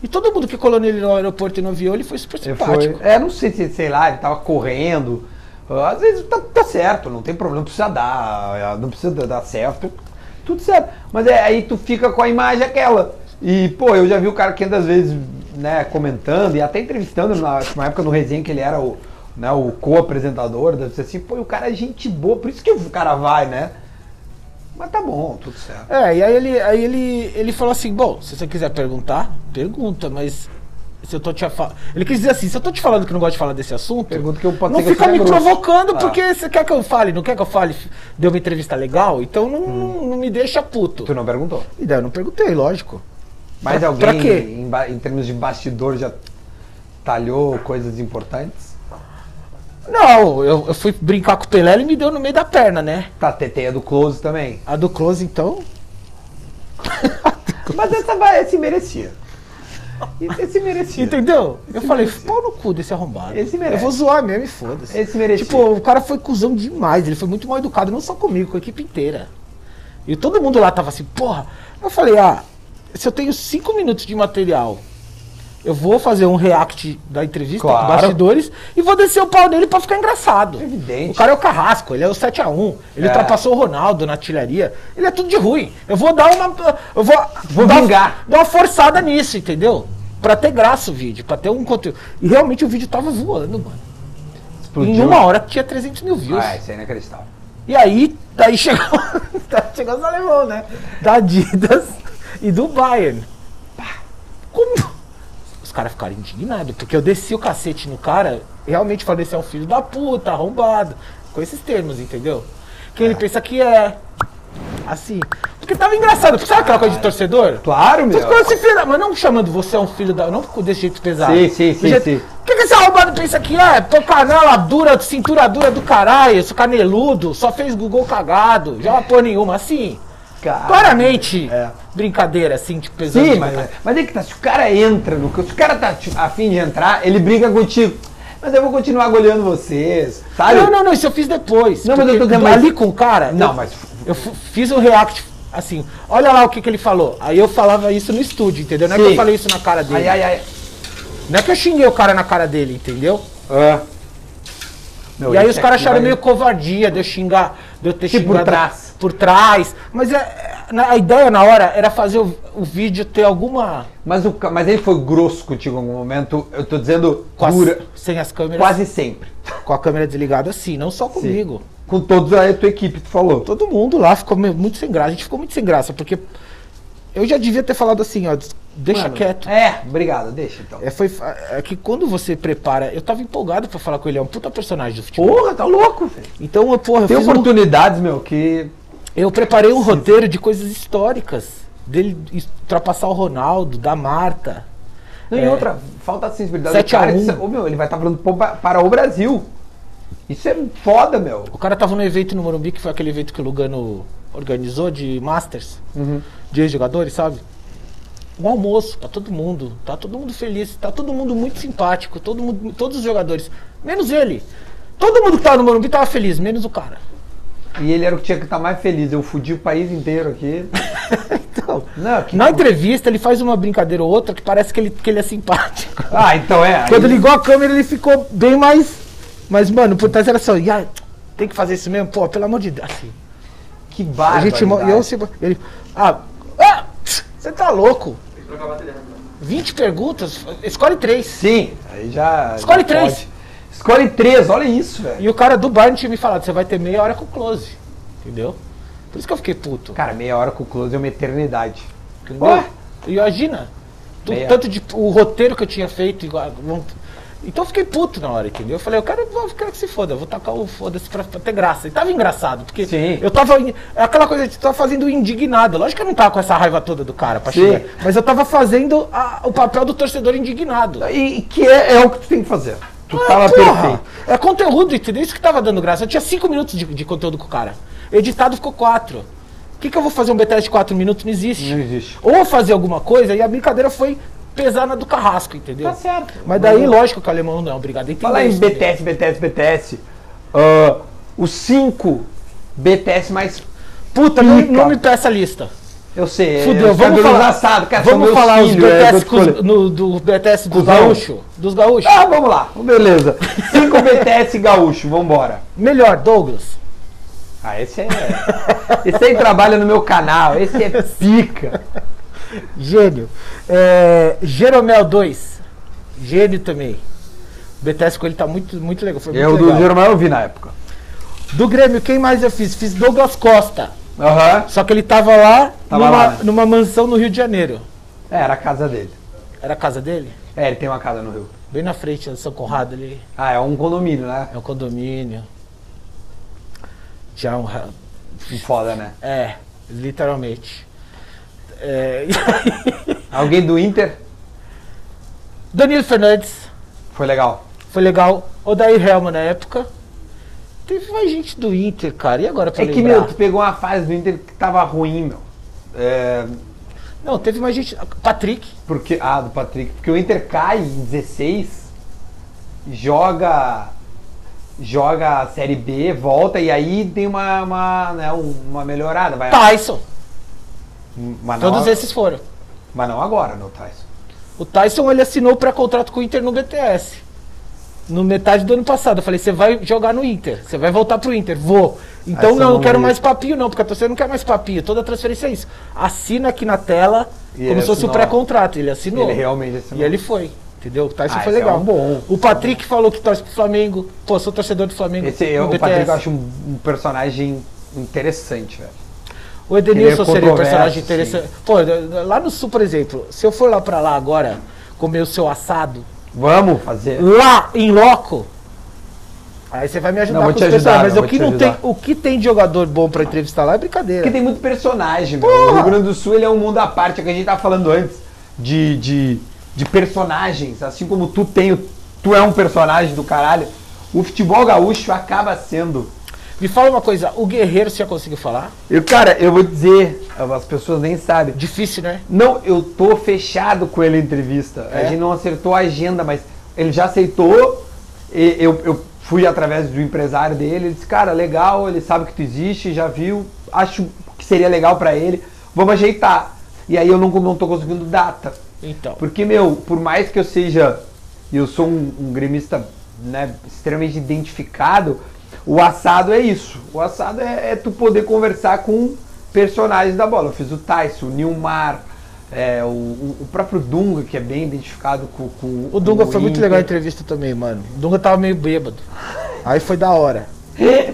Speaker 2: E todo mundo que colou nele no aeroporto e no avião, ele foi super
Speaker 1: Ele
Speaker 2: simpático.
Speaker 1: foi, é, não sei se, sei lá, ele tava correndo. Ah, Às vezes tá, tá certo, não tem problema, não precisa dar, ah, não precisa dar- dar certo, tudo certo. Mas é, aí tu fica com a imagem aquela. E, pô, eu já vi o cara 500 vezes, né, comentando e até entrevistando, na, acho que na época no resenha que ele era o, né, o co-apresentador, deve ser assim, pô, e o cara é gente boa, por isso que o cara vai, né? Mas tá bom, tudo certo.
Speaker 2: É, e aí ele, aí ele, ele falou assim, bom, se você quiser perguntar, pergunta, mas se eu tô te falando. Ele quis dizer assim, se eu tô te falando que não gosto de falar desse assunto,
Speaker 1: Pergunta que eu posso
Speaker 2: não
Speaker 1: ser que eu
Speaker 2: fica
Speaker 1: seja
Speaker 2: me
Speaker 1: grosso.
Speaker 2: provocando,
Speaker 1: Ah.
Speaker 2: porque você quer que eu fale, não quer que eu fale, deu uma entrevista legal, então não, não me deixa puto.
Speaker 1: Tu não perguntou.
Speaker 2: E daí eu não perguntei, lógico.
Speaker 1: Mas
Speaker 2: Pra-
Speaker 1: alguém,
Speaker 2: pra quê?
Speaker 1: Em, ba- em termos de bastidor, já talhou coisas importantes?
Speaker 2: Não, eu, eu fui brincar com o Pelé, ele me deu no meio da perna, né?
Speaker 1: Tá, teteia do Close também.
Speaker 2: A do Close, então.
Speaker 1: Mas essa vai, esse merecia. Esse merecia.
Speaker 2: Entendeu? Eu falei, pau no cu desse arrombado.
Speaker 1: Esse merece.
Speaker 2: eu vou zoar mesmo e foda-se.
Speaker 1: Esse merecia.
Speaker 2: Tipo, o cara foi cuzão demais, ele foi muito mal educado, não só comigo, com a equipe inteira. E todo mundo lá tava assim, porra. Eu falei, ah, se eu tenho cinco minutos de material, eu vou fazer um react da entrevista
Speaker 1: Claro.
Speaker 2: com bastidores e vou descer o pau nele pra ficar engraçado.
Speaker 1: Evidente.
Speaker 2: O cara é o carrasco, ele é o 7x1, ele
Speaker 1: É.
Speaker 2: ultrapassou o Ronaldo na artilharia, ele é tudo de ruim. Eu vou dar uma. Eu vou,
Speaker 1: Vou
Speaker 2: dar-
Speaker 1: vingar.
Speaker 2: dá uma forçada nisso, entendeu? Pra ter graça o vídeo, pra ter um conteúdo. E realmente o vídeo tava voando, mano. Em uma hora tinha 300 mil views.
Speaker 1: Ah, isso é inacreditável.
Speaker 2: E aí, daí chegou, daí chegou os alemão, né? Da Adidas e do Bayern. Pá, Como? Os caras ficaram indignados, porque eu desci o cacete no cara, realmente falei, esse é um filho da puta, arrombado. Com esses termos, entendeu? Que ele pensa que é. Assim. Porque tava engraçado, sabe aquela coisa de torcedor?
Speaker 1: Claro, meu.
Speaker 2: Vocês falam assim, filho da... Mas não chamando você é um filho da... Não com desse jeito pesado.
Speaker 1: Sim, sim,
Speaker 2: Do
Speaker 1: sim,
Speaker 2: jeito-
Speaker 1: sim.
Speaker 2: O que, que esse arrombado pensa que é? Tô canela dura, cintura dura do caralho, sou caneludo, só fez Google cagado, joga porra nenhuma, assim.
Speaker 1: Cara.
Speaker 2: Claramente,
Speaker 1: É.
Speaker 2: brincadeira, assim, tipo, pesado.
Speaker 1: Sim,
Speaker 2: demais.
Speaker 1: mas, mas é que tá, se o cara entra no campo, se o cara tá tipo, a fim de entrar, ele briga contigo. Mas eu vou continuar goleando vocês, sabe?
Speaker 2: Não, não, não, isso eu fiz depois.
Speaker 1: Não, mas eu tô
Speaker 2: Porque
Speaker 1: dizendo, mas-
Speaker 2: Ali com o cara...
Speaker 1: Não,
Speaker 2: eu-
Speaker 1: mas-
Speaker 2: Eu fu- fiz um react, assim, olha lá o que, que ele falou. Aí eu falava isso no estúdio, entendeu? Não é que
Speaker 1: Sim.
Speaker 2: eu falei isso na cara dele.
Speaker 1: Ai, ai, ai.
Speaker 2: Não é que eu xinguei o cara na cara dele, entendeu?
Speaker 1: Ah. Não,
Speaker 2: e aí
Speaker 1: esse
Speaker 2: os caras
Speaker 1: aqui
Speaker 2: acharam
Speaker 1: vai-
Speaker 2: meio covardia de eu xingar, de eu ter
Speaker 1: Que por
Speaker 2: xingado
Speaker 1: trás.
Speaker 2: por trás. Mas é- é- na- a, ideia na hora era fazer o, o vídeo ter alguma.
Speaker 1: Mas, o, ca- mas ele foi grosso contigo em algum momento. Eu tô dizendo
Speaker 2: com as-
Speaker 1: dura,
Speaker 2: sem as câmeras.
Speaker 1: quase sempre.
Speaker 2: Com a câmera desligada, sim, não só comigo.
Speaker 1: Com toda a tua equipe, tu falou.
Speaker 2: Todo mundo lá ficou meio- muito sem graça. A gente ficou muito sem graça, porque eu já devia ter falado assim, ó, des- deixa
Speaker 1: Mano,
Speaker 2: quieto.
Speaker 1: É, obrigado, deixa então.
Speaker 2: É, foi, fa- é que quando você prepara. Eu tava empolgado pra falar com ele, é um puta personagem do futebol.
Speaker 1: Porra, tá louco, velho.
Speaker 2: Então, eu, porra, eu
Speaker 1: Tem
Speaker 2: fiz um-
Speaker 1: oportunidades, meu, que.
Speaker 2: Eu preparei um roteiro de coisas históricas. Dele ultrapassar o Ronaldo, da Marta.
Speaker 1: Não, e
Speaker 2: É.
Speaker 1: outra, falta de sensibilidade.
Speaker 2: Sete
Speaker 1: O cara,
Speaker 2: a um.
Speaker 1: isso é- ô, meu, ele vai estar tá falando pro- para o Brasil. Isso é foda, meu.
Speaker 2: O cara tava no evento no Morumbi, que foi aquele evento que o Lugano organizou de Masters, de ex-jogadores, sabe? Um almoço pra todo mundo, tá todo mundo feliz, tá todo mundo muito simpático, todo mundo, todos os jogadores, menos ele. Todo mundo que tava no Morumbi tava feliz, menos o cara.
Speaker 1: E ele era o que tinha que estar mais feliz. Eu fudi o país inteiro aqui.
Speaker 2: Então,
Speaker 1: Não, que...
Speaker 2: na entrevista ele faz uma brincadeira ou outra que parece que ele, que ele é simpático.
Speaker 1: Ah, então é.
Speaker 2: Quando ligou a câmera, ele ficou bem mais. Mas, mano, por trás era só. "Ya, tem que fazer isso mesmo? Pô, pelo amor de Deus. assim.
Speaker 1: Que
Speaker 2: a
Speaker 1: barra.
Speaker 2: gente. mo- Eu, se, ele. Ah, ah, você tá louco? 20 perguntas? Escolhe três.
Speaker 1: Sim, aí já.
Speaker 2: Escolhe
Speaker 1: já
Speaker 2: três.
Speaker 1: pode. Escolhe três, olha isso, velho.
Speaker 2: E o cara do Bayern tinha me falado: você vai ter meia hora com o close. Entendeu? Por isso que eu fiquei puto.
Speaker 1: Cara, meia hora com o close é uma eternidade.
Speaker 2: Entendeu?
Speaker 1: Ó.
Speaker 2: E Imagina. do
Speaker 1: Meia.
Speaker 2: tanto de. O roteiro que eu tinha feito. igual- vamos- Então eu fiquei puto na hora, entendeu? Eu falei, eu quero, eu quero que se foda, eu vou tacar o foda-se pra, pra ter graça. E tava engraçado, porque
Speaker 1: Sim.
Speaker 2: eu tava. in- é Aquela coisa de tava fazendo indignado. Lógico que eu não tava com essa raiva toda do cara pra
Speaker 1: Sim.
Speaker 2: xingar. Mas eu tava fazendo a- o papel do torcedor indignado.
Speaker 1: E, e que é, é o que tu tem que fazer. Tu
Speaker 2: Ah,
Speaker 1: tava
Speaker 2: porra!
Speaker 1: perfeito.
Speaker 2: É conteúdo, entendeu? Isso que tava dando graça. Eu tinha 5 minutos de, de conteúdo com o cara. Editado ficou 4. O que, que eu vou fazer um BTS de 4 minutos? Não existe.
Speaker 1: Não existe.
Speaker 2: Ou fazer alguma coisa e a brincadeira foi pesar na do carrasco, entendeu?
Speaker 1: Tá certo.
Speaker 2: Mas daí, lógico que o alemão não é obrigado a entender.
Speaker 1: Fala em
Speaker 2: isso, entendeu?
Speaker 1: BTS, BTS, BTS. Ah, os cinco BTS mais.
Speaker 2: Puta, não,
Speaker 1: pica.
Speaker 2: não me peça a lista.
Speaker 1: Eu sei,
Speaker 2: Fudeu,
Speaker 1: os
Speaker 2: vamos
Speaker 1: cabelos
Speaker 2: falar.
Speaker 1: assado, cara,
Speaker 2: vamos
Speaker 1: são meus
Speaker 2: falar os
Speaker 1: filhos, é,
Speaker 2: BTS
Speaker 1: eu
Speaker 2: com
Speaker 1: vou te
Speaker 2: os-
Speaker 1: escolher.
Speaker 2: no, do BTS dos
Speaker 1: Cusão.
Speaker 2: gaúchos. Dos gaúchos.
Speaker 1: Ah, vamos lá, beleza. Cinco BTS gaúcho, vambora.
Speaker 2: Melhor, Douglas.
Speaker 1: Ah, esse é. Esse aí trabalha no meu canal, esse é pica.
Speaker 2: Gênio. É, Jeromel 2. Gênio também. O BTS com ele tá muito, muito legal. Foi muito
Speaker 1: Eu É do
Speaker 2: legal.
Speaker 1: Jeromel eu vi na época.
Speaker 2: Do Grêmio, quem mais eu fiz? Fiz Douglas Costa.
Speaker 1: Aham.
Speaker 2: Só que ele tava lá,
Speaker 1: Tava
Speaker 2: numa,
Speaker 1: lá, né?
Speaker 2: numa mansão no Rio de Janeiro.
Speaker 1: É, era a casa dele.
Speaker 2: Era a casa dele?
Speaker 1: É, ele tem uma casa no Rio.
Speaker 2: Bem na frente, no São Conrado ali.
Speaker 1: Ah, é um condomínio, né?
Speaker 2: É um condomínio. Já um. ra-
Speaker 1: Foda, né?
Speaker 2: É, literalmente. É, e aí-
Speaker 1: Alguém do Inter?
Speaker 2: Danilo Fernandes.
Speaker 1: Foi legal.
Speaker 2: Foi legal. Odair Helma na época. Teve mais gente do Inter, cara. E agora pra
Speaker 1: É que,
Speaker 2: lembrar?
Speaker 1: meu, tu pegou uma fase do Inter que tava ruim, meu. É,
Speaker 2: Não, teve mais gente. Patrick.
Speaker 1: porque, ah, do Patrick. Porque o Inter cai em 16, joga joga a Série B, volta e aí tem uma, uma, né, uma melhorada. Vai,
Speaker 2: Tyson.
Speaker 1: mas, não,
Speaker 2: Tá. Todos
Speaker 1: a-
Speaker 2: esses foram.
Speaker 1: mas não tá? agora, no Tyson.
Speaker 2: O Tyson ele assinou o pré-contrato com o Inter no BTS. No metade do ano passado. Eu falei, você vai jogar no Inter. Você vai voltar pro Inter. Vou. Então
Speaker 1: Aí você
Speaker 2: não, não
Speaker 1: não
Speaker 2: quero
Speaker 1: ia.
Speaker 2: mais papinho, não, porque a torcida não quer mais papinho. Toda transferência é isso. Assina aqui na tela,
Speaker 1: E ele
Speaker 2: como se fosse o
Speaker 1: assinou.
Speaker 2: pré-contrato. Ele assinou.
Speaker 1: Ele realmente assinou.
Speaker 2: E ele foi. Entendeu? O Tyson
Speaker 1: Ah,
Speaker 2: foi
Speaker 1: esse é
Speaker 2: legal.
Speaker 1: um bom.
Speaker 2: O Patrick falou que torce pro Flamengo. Pô, sou torcedor do Flamengo.
Speaker 1: Esse, eu,
Speaker 2: no
Speaker 1: o Patrick
Speaker 2: BTS.
Speaker 1: eu acho um, um personagem interessante, velho.
Speaker 2: O Edenilson
Speaker 1: Ele é
Speaker 2: seria um personagem
Speaker 1: controverso,
Speaker 2: interessante. Pô, lá no Sul, por exemplo, se eu for lá pra lá agora, comer o seu assado,
Speaker 1: Vamos fazer.
Speaker 2: lá em loco. Aí você vai me ajudar
Speaker 1: Não, vou
Speaker 2: com
Speaker 1: te
Speaker 2: os
Speaker 1: ajudar,
Speaker 2: personagens,
Speaker 1: não,
Speaker 2: mas o
Speaker 1: vou
Speaker 2: que,
Speaker 1: te
Speaker 2: não tem,
Speaker 1: ajudar.
Speaker 2: o que tem de jogador bom pra entrevistar lá é brincadeira.
Speaker 1: Porque tem muito personagem, meu. O Rio Grande do Sul ele é um mundo à parte, é o que a gente tava falando antes. De, de, de personagens. Assim como tu tem, o- tu é um personagem do caralho. O futebol gaúcho acaba sendo.
Speaker 2: Me fala uma coisa, o Guerreiro você já conseguiu falar?
Speaker 1: Eu, cara, eu vou dizer, as pessoas nem sabem.
Speaker 2: Difícil, né?
Speaker 1: Não, eu tô fechado com ele em entrevista. A
Speaker 2: É?
Speaker 1: gente não acertou a agenda, mas ele já aceitou. e- eu, eu fui através do empresário dele. Ele disse, cara, legal, ele sabe que tu existe, já viu. Acho que seria legal pra ele. Vamos ajeitar. E aí eu não, não tô conseguindo data.
Speaker 2: Então.
Speaker 1: Porque, meu, por mais que eu seja e eu sou um, um gremista né, extremamente identificado, o assado é isso. O assado é, é tu poder conversar com personagens da bola. Eu fiz o Tyson, o Nilmar, é, o, o o próprio Dunga, que é bem identificado com, com
Speaker 2: O Dunga
Speaker 1: com
Speaker 2: foi muito
Speaker 1: Inter.
Speaker 2: legal então. a entrevista também, mano. O Dunga tava meio bêbado. Aí foi da hora.
Speaker 1: É.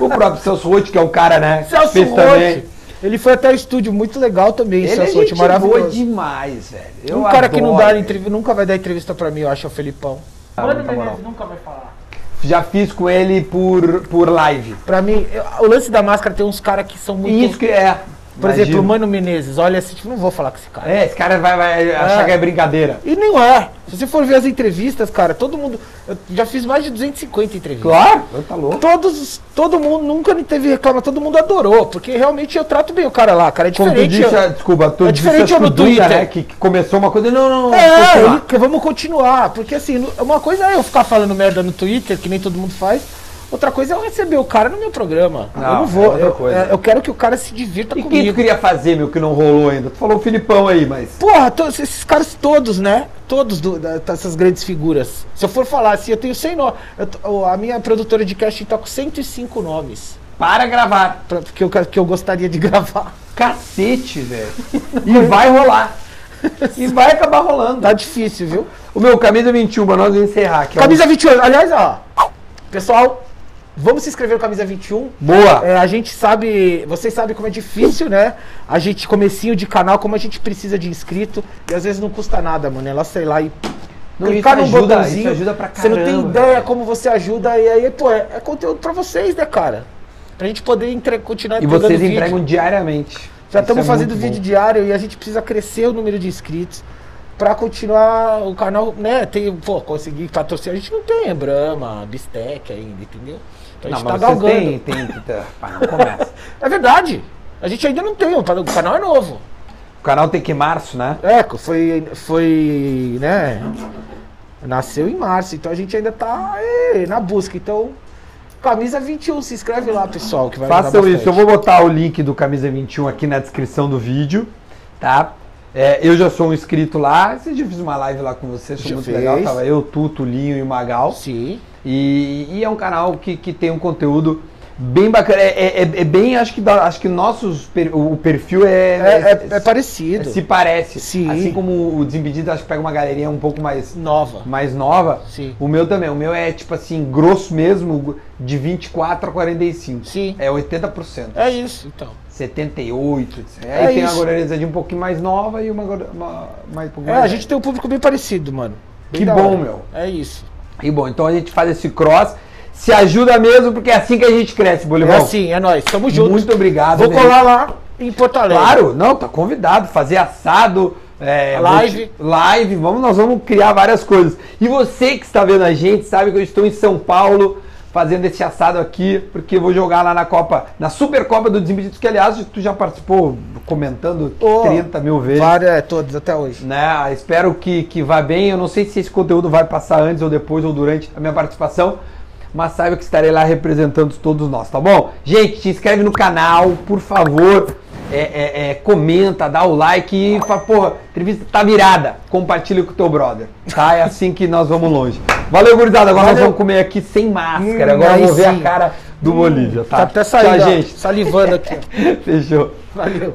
Speaker 1: O próprio Celso Roth, que é um cara, né?
Speaker 2: É. Celso
Speaker 1: fez também.
Speaker 2: Roth. Ele foi até o estúdio, muito legal também,
Speaker 1: Ele
Speaker 2: Celso
Speaker 1: é
Speaker 2: Roth,
Speaker 1: gente boa
Speaker 2: maravilhoso.
Speaker 1: demais, velho. Eu
Speaker 2: Um cara que não
Speaker 1: adoro
Speaker 2: dá
Speaker 1: ele.
Speaker 2: entrevista, nunca vai dar entrevista pra mim, eu acho, é o Felipão.
Speaker 1: Ah,
Speaker 5: Mano
Speaker 1: muita moral.
Speaker 5: Menezes nunca vai falar.
Speaker 1: Já fiz com ele por, por live.
Speaker 2: Pra mim, eu- o lance da máscara tem uns caras que são muito.
Speaker 1: E isso que é.
Speaker 2: Por
Speaker 1: imagino.
Speaker 2: exemplo, o Mano Menezes, olha assim, tipo, não vou falar com esse cara.
Speaker 1: É, esse cara vai, vai achar
Speaker 2: É.
Speaker 1: que é brincadeira.
Speaker 2: E não é. Se você for ver as entrevistas, cara, todo mundo. Eu já fiz mais de 250 entrevistas.
Speaker 1: Claro, tá louco.
Speaker 2: Todos, todo mundo nunca me teve reclama, todo mundo adorou, porque realmente eu trato bem o cara lá, cara. É
Speaker 1: Como tu
Speaker 2: diferente.
Speaker 1: disse, ah,
Speaker 2: eu-
Speaker 1: desculpa, tu
Speaker 2: é
Speaker 1: disse
Speaker 2: diferente
Speaker 1: acho que
Speaker 2: no
Speaker 1: o Dunga,
Speaker 2: Twitter.
Speaker 1: né, que, que começou uma coisa, não, não, não,
Speaker 2: É,
Speaker 1: continua.
Speaker 2: ele- que vamos continuar, porque assim, nu- uma coisa é eu ficar falando merda no Twitter, que nem todo mundo faz, outra coisa é eu receber o cara no meu programa. eu
Speaker 1: Não,
Speaker 2: não
Speaker 1: é
Speaker 2: vou,
Speaker 1: outra
Speaker 2: eu,
Speaker 1: coisa.
Speaker 2: é, eu quero que o cara se
Speaker 1: E
Speaker 2: divirta
Speaker 1: quem tu
Speaker 2: comigo.
Speaker 1: queria fazer, meu, que não rolou ainda? Tu falou o Filipão aí, mas...
Speaker 2: Porra, to- esses caras todos, né? Todos do- da- dessas grandes figuras. Se eu for falar assim, eu tenho 100 nomes. A minha produtora de casting tá com 105 nomes
Speaker 1: Para gravar.
Speaker 2: pra, que, eu, quero- que eu gostaria de gravar.
Speaker 1: Cacete, velho. E vai rolar. E vai acabar rolando.
Speaker 2: Tá difícil, viu?
Speaker 1: O meu, camisa 21, pra nós encerrar. Que é um-
Speaker 2: Camisa 21, aliás, ó. Pessoal, vamos se inscrever no Camisa 21.
Speaker 1: Boa.
Speaker 2: É, a gente sabe, vocês sabem como é difícil, né? A gente, comecinho de canal, como a gente precisa de inscrito. E às vezes não custa nada, mano. Ela sei lá e.
Speaker 1: Não,
Speaker 2: clicar
Speaker 1: isso
Speaker 2: num
Speaker 1: ajuda-
Speaker 2: botãozinho,
Speaker 1: isso ajuda pra
Speaker 2: Você não tem
Speaker 1: caramba,
Speaker 2: ideia
Speaker 1: velho.
Speaker 2: como você ajuda. E aí, pô, é, é conteúdo pra vocês, né, cara? Pra gente poder entre, continuar
Speaker 1: E
Speaker 2: entregando
Speaker 1: vocês
Speaker 2: Tá vídeo.
Speaker 1: entregam diariamente.
Speaker 2: Já
Speaker 1: Isso
Speaker 2: estamos
Speaker 1: é
Speaker 2: fazendo
Speaker 1: muito
Speaker 2: vídeo
Speaker 1: bom.
Speaker 2: diário e a gente precisa crescer o número de inscritos pra continuar o canal, né? Tem, pô, conseguir patrocinar. A gente não tem Brahma, Bistec ainda, entendeu? Então a
Speaker 1: Não,
Speaker 2: gente
Speaker 1: mas
Speaker 2: tá
Speaker 1: vocês têm,
Speaker 2: galgando.
Speaker 1: tem, tá, pá, não começa.
Speaker 2: É verdade. A gente ainda não tem, o pan- o canal é novo.
Speaker 1: O canal tem que ir em março, né?
Speaker 2: É, foi, foi, né? Nasceu em março, então a gente ainda tá é, na busca. Então, camisa 21, se inscreve lá, pessoal, que vai ajudar
Speaker 1: Façam isso.
Speaker 2: bastante.
Speaker 1: Eu vou botar o link do Camisa 21 aqui na descrição do vídeo, tá? É, eu já sou um inscrito lá. Esse dia eu fiz uma live lá com vocês, foi
Speaker 2: Já
Speaker 1: muito
Speaker 2: fez.
Speaker 1: legal. Tava eu, Tuto, Linho e o Magal.
Speaker 2: Sim.
Speaker 1: E, e é um canal que, que tem um conteúdo bem bacana. É, é- é- é bem, acho que, dá- acho que nossos per- o perfil é,
Speaker 2: É, é- é parecido.
Speaker 1: se parece.
Speaker 2: Sim.
Speaker 1: Assim como o Desimpedido, acho que pega uma galerinha um pouco mais,
Speaker 2: Nova.
Speaker 1: mais nova.
Speaker 2: Sim.
Speaker 1: O meu também. O meu é tipo assim, grosso mesmo, de 24 a 45.
Speaker 2: Sim.
Speaker 1: É 80%.
Speaker 2: É isso, então.
Speaker 1: 78, etc.
Speaker 2: É
Speaker 1: Aí tem uma
Speaker 2: isso.
Speaker 1: goleirada um pouquinho mais nova e uma, gole- uma mais um pouco
Speaker 2: É,
Speaker 1: mais
Speaker 2: a
Speaker 1: velha.
Speaker 2: gente tem um público bem parecido, mano. Bem
Speaker 1: Que
Speaker 2: da
Speaker 1: bom,
Speaker 2: hora.
Speaker 1: meu.
Speaker 2: É isso.
Speaker 1: E bom, então a gente faz esse cross, se ajuda mesmo, porque é assim que a gente cresce, Bolivão.
Speaker 2: é assim, é nóis. Tamo junto.
Speaker 1: Muito obrigado.
Speaker 2: Vou
Speaker 1: né?
Speaker 2: colar lá em Porto Alegre.
Speaker 1: Claro, não, tá convidado, fazer assado, é, vou
Speaker 2: Live.
Speaker 1: te- live, vamos, nós vamos criar várias coisas. E você que está vendo a gente sabe que eu estou em São Paulo fazendo esse assado aqui, porque eu vou jogar lá na Copa, na Supercopa do Desimpedidos, que aliás tu já participou comentando
Speaker 2: Ô,
Speaker 1: 30 mil vezes.
Speaker 2: Várias, é, todas, até hoje.
Speaker 1: né? Espero que, que vá bem. Eu não sei se esse conteúdo vai passar antes ou depois ou durante a minha participação, mas saiba que estarei lá representando todos nós, tá bom? Gente, se inscreve no canal, por favor. É, é, é, comenta, dá o like e fala, porra, a entrevista tá virada. Compartilha com o teu brother, tá? É assim que nós vamos longe. Valeu, gurizada. Agora nós
Speaker 2: Valeu.
Speaker 1: vamos comer aqui sem máscara.
Speaker 2: Hum,
Speaker 1: Agora eu
Speaker 2: aí
Speaker 1: vou ver a
Speaker 2: sim.
Speaker 1: cara do Bolívia, tá?
Speaker 2: Tá até saindo,
Speaker 1: Tchau,
Speaker 2: ó,
Speaker 1: gente.
Speaker 2: salivando aqui. ó.
Speaker 1: Fechou.
Speaker 2: Valeu.